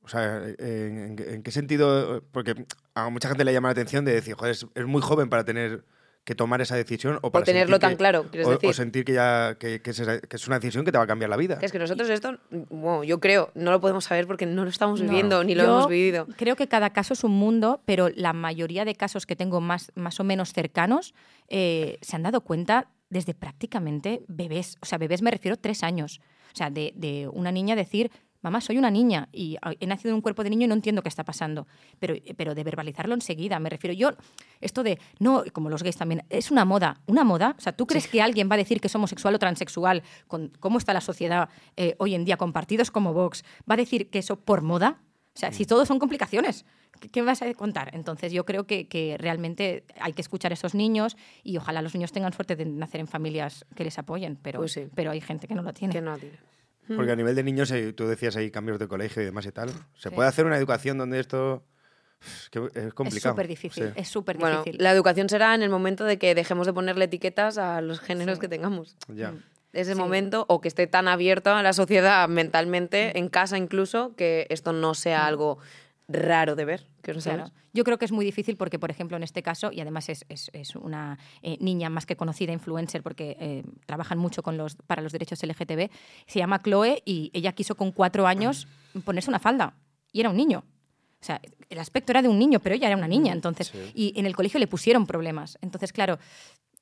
[SPEAKER 2] O sea, ¿en, en- en qué sentido? Porque a mucha gente le llama la atención de decir, joder, es, es muy joven para tener que tomar esa decisión o para
[SPEAKER 3] tenerlo
[SPEAKER 2] sentir
[SPEAKER 3] tan
[SPEAKER 2] que-
[SPEAKER 3] claro, quieres
[SPEAKER 2] o,
[SPEAKER 3] decir.
[SPEAKER 2] o sentir que ya que, que es, esa- que es una decisión que te va a cambiar la vida.
[SPEAKER 3] Es que nosotros esto, bueno, yo creo, no lo podemos saber porque no lo estamos
[SPEAKER 1] No.
[SPEAKER 3] viviendo ni lo
[SPEAKER 1] Yo
[SPEAKER 3] hemos vivido.
[SPEAKER 1] Creo que cada caso es un mundo, pero la mayoría de casos que tengo más, más o menos cercanos eh, se han dado cuenta desde prácticamente bebés. O sea, bebés me refiero tres años. O sea, de, de una niña decir, mamá, soy una niña y ah, he nacido en un cuerpo de niño y no entiendo qué está pasando. Pero, pero de verbalizarlo enseguida, me refiero yo, esto de, no, como los gays también, es una moda, una moda. O sea, ¿tú crees que alguien va a decir que es homosexual o transexual con cómo está la sociedad eh, hoy en día con partidos como Vox? ¿Va a decir que eso por moda? O sea,
[SPEAKER 2] Mm.
[SPEAKER 1] si todo son complicaciones, ¿qué- ¿qué vas a contar? Entonces yo creo que, que realmente hay que escuchar a esos niños y ojalá los niños tengan suerte de nacer en familias que les apoyen, pero,
[SPEAKER 3] Pues sí.
[SPEAKER 1] pero hay gente que no lo tiene.
[SPEAKER 3] Que Mm. no tiene.
[SPEAKER 2] Porque a nivel de niños, eh, tú decías ahí cambios de colegio y demás y tal. ¿Se puede hacer una educación donde esto es, que es
[SPEAKER 1] es
[SPEAKER 2] complicado?
[SPEAKER 1] súper difícil,
[SPEAKER 2] Sí.
[SPEAKER 1] es súper
[SPEAKER 3] Bueno,
[SPEAKER 1] difícil.
[SPEAKER 3] la educación será en el momento de que dejemos de ponerle etiquetas a los géneros que tengamos.
[SPEAKER 2] Ya.
[SPEAKER 3] Ese
[SPEAKER 1] Sí.
[SPEAKER 3] momento, o que esté tan abierta a la sociedad
[SPEAKER 1] Mm.
[SPEAKER 3] mentalmente, en casa incluso, que esto no sea algo raro de ver. Que no
[SPEAKER 1] Claro.
[SPEAKER 3] sabes.
[SPEAKER 1] Yo creo que es muy difícil porque, por ejemplo, en este caso, y además es, es- es una eh, niña más que conocida influencer porque eh, trabajan mucho con los, para los derechos LGTB, se llama Chloe y ella quiso con cuatro años ponerse una falda y era un niño. O sea, el aspecto era de un niño, pero ella era una niña, entonces. Y en el colegio le pusieron problemas. Entonces, claro,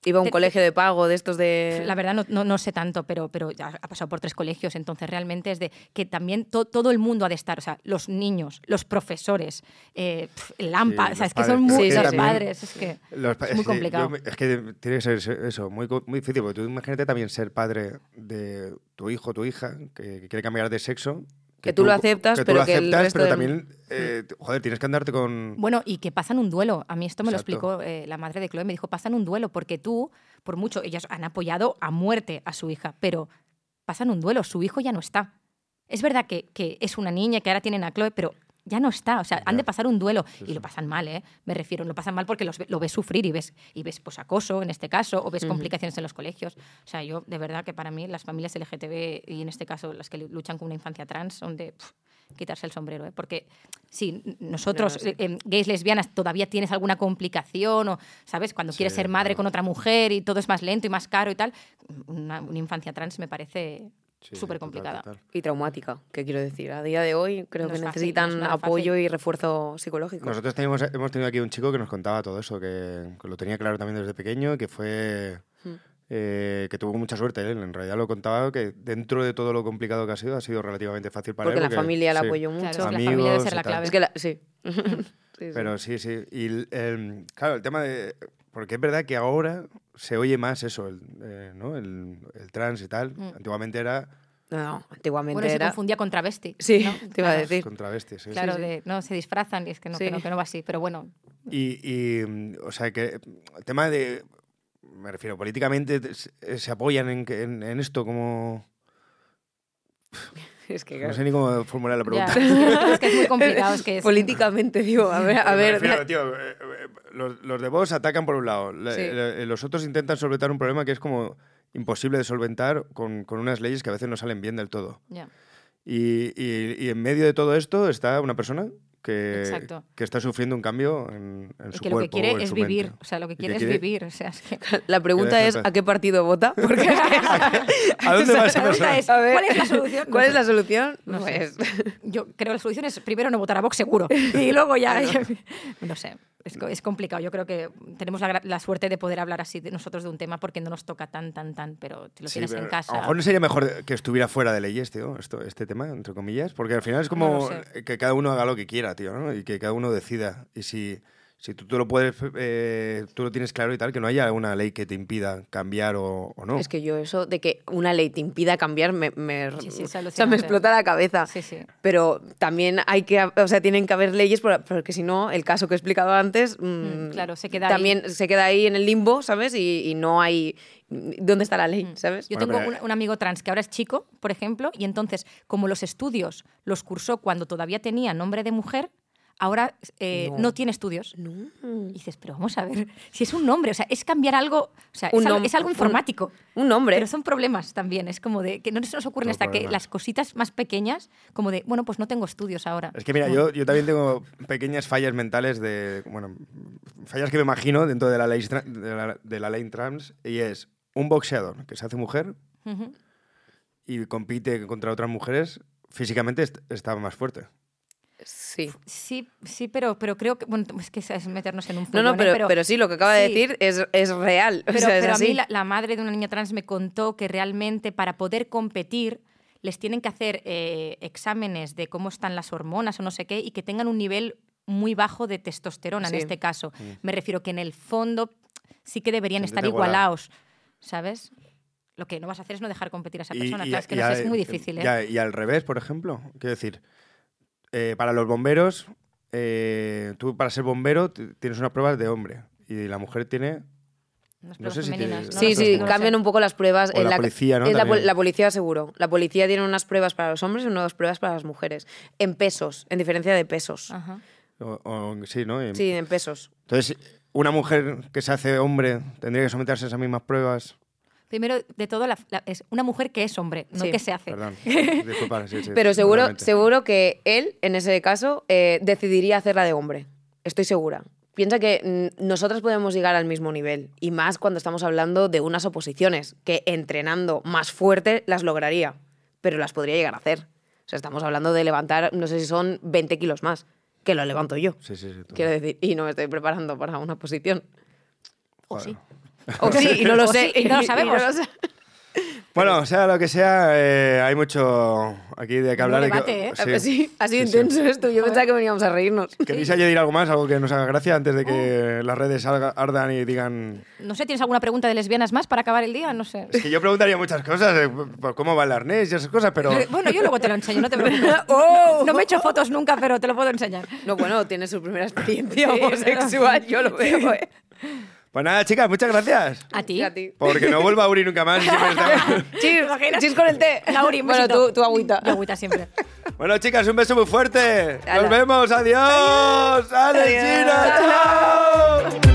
[SPEAKER 3] Iba a un
[SPEAKER 1] Te-
[SPEAKER 3] colegio de pago de estos de...
[SPEAKER 1] La verdad no, no, no sé tanto, pero, pero ya ha pasado por tres colegios, entonces realmente es de que también to- todo el mundo ha de estar, o sea, los niños, los profesores, eh, pf, el AMPA,
[SPEAKER 2] Sí,
[SPEAKER 1] o sea,
[SPEAKER 2] los
[SPEAKER 1] es que son
[SPEAKER 2] padres.
[SPEAKER 1] muy
[SPEAKER 3] Sí, sí,
[SPEAKER 1] los
[SPEAKER 3] sí.
[SPEAKER 1] padres, es que
[SPEAKER 2] Los pa-
[SPEAKER 1] es muy
[SPEAKER 2] sí, yo
[SPEAKER 1] complicado.
[SPEAKER 2] me- es que tiene que ser eso, muy, co- muy difícil, porque tú imagínate también ser padre de tu hijo o tu hija que, que quiere cambiar de sexo.
[SPEAKER 3] Que tú lo aceptas,
[SPEAKER 2] que tú
[SPEAKER 3] pero
[SPEAKER 2] lo
[SPEAKER 3] que el
[SPEAKER 2] aceptas,
[SPEAKER 3] resto
[SPEAKER 2] pero
[SPEAKER 3] del- Mm.
[SPEAKER 2] también, eh, t- joder, tienes que andarte con...
[SPEAKER 1] Bueno, y que pasan un duelo. A mí esto me
[SPEAKER 2] Mm. Exacto.
[SPEAKER 1] lo explicó eh, la madre de Chloe. Me dijo, pasan un duelo porque tú, por mucho, ellas han apoyado a muerte a su hija, pero pasan un duelo. Su hijo ya no está. Es verdad que, que es una niña, que ahora tienen a Chloe, pero ya no está. O sea, han
[SPEAKER 2] Ya.
[SPEAKER 1] de pasar un duelo.
[SPEAKER 2] sí.
[SPEAKER 1] Y lo pasan mal, ¿eh? Me refiero, lo pasan mal porque los ve- lo ves sufrir y ves, y ves pues, acoso, en este caso, o ves complicaciones en los colegios. O sea, yo, de verdad que para mí las familias LGTB, y en este caso las que luchan con una infancia trans, son de... pf, quitarse el sombrero, ¿eh? porque sí, n- nosotros,
[SPEAKER 3] No, no sé.
[SPEAKER 1] eh, gays, lesbianas, todavía tienes alguna complicación o, ¿sabes? Cuando quieres
[SPEAKER 2] Sí,
[SPEAKER 1] ser madre
[SPEAKER 2] claro.
[SPEAKER 1] con otra mujer y todo es más lento y más caro y tal, una, una infancia trans me parece
[SPEAKER 2] Sí,
[SPEAKER 1] súper
[SPEAKER 2] total,
[SPEAKER 1] complicada.
[SPEAKER 2] total.
[SPEAKER 3] Y traumática, que quiero decir. A día de hoy creo
[SPEAKER 1] No
[SPEAKER 3] que
[SPEAKER 1] es fácil,
[SPEAKER 3] necesitan
[SPEAKER 1] no es nada
[SPEAKER 3] apoyo
[SPEAKER 1] fácil.
[SPEAKER 3] y refuerzo psicológico.
[SPEAKER 2] Nosotros teníamos- hemos tenido aquí un chico que nos contaba todo eso, que, que lo tenía claro también desde pequeño, que fue...
[SPEAKER 3] Mm.
[SPEAKER 2] eh, que tuvo mucha suerte, él en realidad lo contaba, que dentro de todo lo complicado que ha sido, ha sido relativamente fácil para
[SPEAKER 3] porque
[SPEAKER 2] él.
[SPEAKER 3] la familia la
[SPEAKER 2] sí.
[SPEAKER 3] apoyó
[SPEAKER 1] Claro, es
[SPEAKER 3] mucho.
[SPEAKER 1] que la
[SPEAKER 2] Amigos
[SPEAKER 1] familia debe ser
[SPEAKER 2] y
[SPEAKER 1] la
[SPEAKER 2] tal.
[SPEAKER 1] clave.
[SPEAKER 2] ver.
[SPEAKER 3] Es que la... Sí. Sí, sí.
[SPEAKER 2] Pero sí, sí. Y el- el- claro, el tema de. Porque es verdad que ahora se oye más eso, el, eh, ¿no? El, el trans y tal.
[SPEAKER 3] Mm.
[SPEAKER 2] Antiguamente era
[SPEAKER 3] No, no, antiguamente
[SPEAKER 1] Bueno, se
[SPEAKER 3] era...
[SPEAKER 1] confundía con travesti.
[SPEAKER 3] Sí,
[SPEAKER 1] ¿no?
[SPEAKER 3] te iba a
[SPEAKER 1] Claro.
[SPEAKER 3] decir.
[SPEAKER 2] con travestis. sí, sí.
[SPEAKER 1] Claro,
[SPEAKER 3] sí.
[SPEAKER 1] de, no, se disfrazan y es que no,
[SPEAKER 3] Sí.
[SPEAKER 1] que no, que no va así, pero bueno,
[SPEAKER 2] Y, y, mm, o sea, que el tema de. Me refiero, políticamente te- se eh, se apoyan en, que- en, en esto como.
[SPEAKER 3] Es que,
[SPEAKER 2] No
[SPEAKER 3] claro.
[SPEAKER 2] sé ni cómo formular la
[SPEAKER 1] ya,
[SPEAKER 2] pregunta.
[SPEAKER 1] es que es muy complicado, es que es-
[SPEAKER 3] Políticamente, digo, a ver, a
[SPEAKER 2] Me
[SPEAKER 3] ver,
[SPEAKER 2] refiero, tío, eh, eh, los, los de vos atacan por un lado, la-
[SPEAKER 3] Sí.
[SPEAKER 2] la- eh, los otros intentan solventar un problema que es como imposible de solventar con, con unas leyes que a veces no salen bien del todo.
[SPEAKER 1] ya.
[SPEAKER 2] Y, y- y en medio de todo esto está una persona que,
[SPEAKER 1] Exacto.
[SPEAKER 2] que está sufriendo un cambio en, en
[SPEAKER 1] Y
[SPEAKER 2] su
[SPEAKER 1] que lo que
[SPEAKER 2] cuerpo. o en
[SPEAKER 1] quiere es
[SPEAKER 2] su
[SPEAKER 1] vivir,
[SPEAKER 2] mente.
[SPEAKER 1] o sea, lo que
[SPEAKER 2] Y
[SPEAKER 1] quiere es vivir, o sea, es que...
[SPEAKER 3] la pregunta
[SPEAKER 2] Que
[SPEAKER 3] es
[SPEAKER 2] dejas-
[SPEAKER 3] ¿a qué partido vota? Porque
[SPEAKER 2] ¿A dónde va esa
[SPEAKER 1] La pregunta
[SPEAKER 2] persona?
[SPEAKER 1] es,
[SPEAKER 3] A ver,
[SPEAKER 1] ¿cuál es la solución? No
[SPEAKER 3] ¿Cuál es
[SPEAKER 1] sé.
[SPEAKER 3] la solución?
[SPEAKER 1] No sé.
[SPEAKER 3] pues,
[SPEAKER 1] Yo creo que la solución es primero no votar a Vox seguro y luego ya... no sé, es, co- es complicado. Yo creo que tenemos la, gra- la suerte de poder hablar así de nosotros de un tema porque no nos toca tan, tan, tan, pero te lo
[SPEAKER 2] Sí,
[SPEAKER 1] tienes
[SPEAKER 2] pero
[SPEAKER 1] en casa.
[SPEAKER 2] A lo mejor no sería mejor que estuviera fuera de leyes, tío, esto, este tema, entre comillas, porque al final es
[SPEAKER 1] No lo
[SPEAKER 2] como que cada uno haga lo que quiera, tío, ¿no? Y que cada uno decida. Y si, si tú, tú lo puedes, eh, tú lo tienes claro y tal, que no haya una ley que te impida cambiar o, o no.
[SPEAKER 3] Es que yo eso de que una ley te impida cambiar me, me-
[SPEAKER 1] Sí, sí, es
[SPEAKER 3] o sea, me
[SPEAKER 1] alucinante.
[SPEAKER 3] explota la cabeza.
[SPEAKER 1] Sí, sí.
[SPEAKER 3] Pero también hay que, o sea, tienen que haber leyes por- porque si no, el caso que he explicado antes, mm,
[SPEAKER 1] claro, se queda ahí.
[SPEAKER 3] también se queda ahí en el limbo, ¿sabes? Y, y no hay dónde está la ley, ¿sabes?
[SPEAKER 1] Mm. Yo
[SPEAKER 2] Bueno,
[SPEAKER 1] tengo
[SPEAKER 2] pero- eh,
[SPEAKER 1] un, un amigo trans que ahora es chico, por ejemplo, y entonces, como los estudios los cursó cuando todavía tenía nombre de mujer, ahora eh,
[SPEAKER 3] No.
[SPEAKER 1] no. tiene estudios.
[SPEAKER 3] No.
[SPEAKER 1] Y dices, pero vamos a ver, si es un nombre, o sea, es cambiar algo, o sea,
[SPEAKER 3] Un
[SPEAKER 1] es, algo,
[SPEAKER 3] nom-
[SPEAKER 1] es algo
[SPEAKER 3] un-
[SPEAKER 1] informático.
[SPEAKER 3] Un nombre.
[SPEAKER 1] Pero son problemas también, es como de que no se nos ocurren
[SPEAKER 2] Todo
[SPEAKER 1] hasta que
[SPEAKER 2] problemas.
[SPEAKER 1] las cositas más pequeñas, como de, bueno, pues no tengo estudios ahora.
[SPEAKER 2] Es que mira, yo, yo también tengo pequeñas fallas mentales de. Bueno, fallas que me imagino dentro de la ley, tra- de la, de la ley trans. Y es un boxeador que se hace mujer
[SPEAKER 1] Ujú.
[SPEAKER 2] y compite contra otras mujeres, físicamente est- está más fuerte.
[SPEAKER 3] Sí.
[SPEAKER 1] Sí, sí, pero, pero creo que, bueno, es que es meternos en un
[SPEAKER 3] No, no,
[SPEAKER 1] follón, ¿eh?
[SPEAKER 3] pero, pero sí, lo que acaba de
[SPEAKER 1] sí.
[SPEAKER 3] decir es, es real. o
[SPEAKER 1] Pero,
[SPEAKER 3] sea, es
[SPEAKER 1] pero a
[SPEAKER 3] así.
[SPEAKER 1] mí la, la madre de una niña trans me contó que realmente para poder competir les tienen que hacer eh, exámenes de cómo están las hormonas o no sé qué y que tengan un nivel muy bajo de testosterona
[SPEAKER 3] Sí.
[SPEAKER 1] en este caso.
[SPEAKER 2] Mm.
[SPEAKER 1] Me refiero que en el fondo sí que deberían
[SPEAKER 2] Se
[SPEAKER 1] estar
[SPEAKER 2] intenta igualar.
[SPEAKER 1] igualados, ¿sabes? Lo que no vas a hacer es no dejar competir a esa persona. claro, es que no
[SPEAKER 2] a-
[SPEAKER 1] sé, es muy difícil. ¿eh?
[SPEAKER 2] ya- y al revés, por ejemplo. Quiero decir, eh, para los bomberos, eh, tú para ser bombero t- tienes unas pruebas de hombre. Y la mujer tiene.
[SPEAKER 1] Unas
[SPEAKER 2] no
[SPEAKER 1] pruebas
[SPEAKER 2] sé si te-
[SPEAKER 1] femeninas, no
[SPEAKER 3] Sí,
[SPEAKER 1] lo sé,
[SPEAKER 3] sí,
[SPEAKER 1] no lo sé.
[SPEAKER 3] cambian un poco las pruebas.
[SPEAKER 2] O la policía, ¿no?
[SPEAKER 3] es la,
[SPEAKER 2] También.
[SPEAKER 3] pol- la policía seguro. La policía tiene unas pruebas para los hombres y unas pruebas para las mujeres. En pesos, en diferencia de pesos.
[SPEAKER 1] Ajá.
[SPEAKER 2] o- o- sí, ¿no? Y-
[SPEAKER 3] Sí, en pesos.
[SPEAKER 2] Entonces, una mujer que se hace hombre tendría que someterse a esas mismas pruebas.
[SPEAKER 1] Primero de todo, la- la- es una mujer que es hombre, no
[SPEAKER 3] Sí.
[SPEAKER 1] que se hace.
[SPEAKER 2] Perdón. Disculpa, sí, sí,
[SPEAKER 3] Pero seguro,
[SPEAKER 2] totalmente.
[SPEAKER 3] seguro que él, en ese caso, eh, decidiría hacerla de hombre. Estoy segura. Piensa que mm, nosotras podemos llegar al mismo nivel. Y más cuando estamos hablando de unas oposiciones, que entrenando más fuerte las lograría. Pero las podría llegar a hacer. O sea, estamos hablando de levantar, no sé si son 20 kilos más, que lo levanto yo.
[SPEAKER 2] Sí, sí, sí.
[SPEAKER 3] Quiero decir, y no me estoy preparando para una posición.
[SPEAKER 1] O
[SPEAKER 2] Joder.
[SPEAKER 1] sí.
[SPEAKER 3] O sí, y no lo
[SPEAKER 1] O
[SPEAKER 3] sé.
[SPEAKER 1] sí, y no lo
[SPEAKER 3] y
[SPEAKER 1] sabemos.
[SPEAKER 3] lo sé.
[SPEAKER 2] Bueno, sea lo que sea, eh, hay mucho aquí de qué hablar. y que-
[SPEAKER 1] debate, ¿eh?
[SPEAKER 3] Sí. ha sido
[SPEAKER 2] sí, sí.
[SPEAKER 3] intenso esto. Yo pensaba que veníamos a reírnos.
[SPEAKER 2] ¿Queréis añadir algo más, algo que nos haga gracia antes de
[SPEAKER 3] Oh.
[SPEAKER 2] que las redes salga- ardan y digan...
[SPEAKER 1] No sé, ¿tienes alguna pregunta de lesbianas más para acabar el día? No sé.
[SPEAKER 2] Es que yo preguntaría muchas cosas, eh, por cómo va el arnés y esas cosas, pero...
[SPEAKER 1] Bueno, yo luego te lo enseño, no te preocupes.
[SPEAKER 3] ¡Oh!
[SPEAKER 1] No me he hecho fotos nunca, pero te lo puedo enseñar.
[SPEAKER 3] No, bueno, tiene su primera experiencia
[SPEAKER 1] Sí,
[SPEAKER 3] homosexual, yo lo veo, ¿eh?
[SPEAKER 2] Pues nada, chicas, muchas gracias.
[SPEAKER 1] ¿A ti?
[SPEAKER 3] A ti.
[SPEAKER 2] Porque no vuelva a Uri nunca más. y siempre estamos-
[SPEAKER 3] Cheers,
[SPEAKER 1] imaginas?
[SPEAKER 3] cheers con el té.
[SPEAKER 1] Lauri, un
[SPEAKER 3] bueno,
[SPEAKER 1] besito.
[SPEAKER 3] tú, tú agüita.
[SPEAKER 1] Yo agüita siempre.
[SPEAKER 2] Bueno, chicas, un beso muy fuerte.
[SPEAKER 3] Hala.
[SPEAKER 2] Nos vemos. Adiós. Alex,
[SPEAKER 3] Adiós.
[SPEAKER 2] Gina, chao.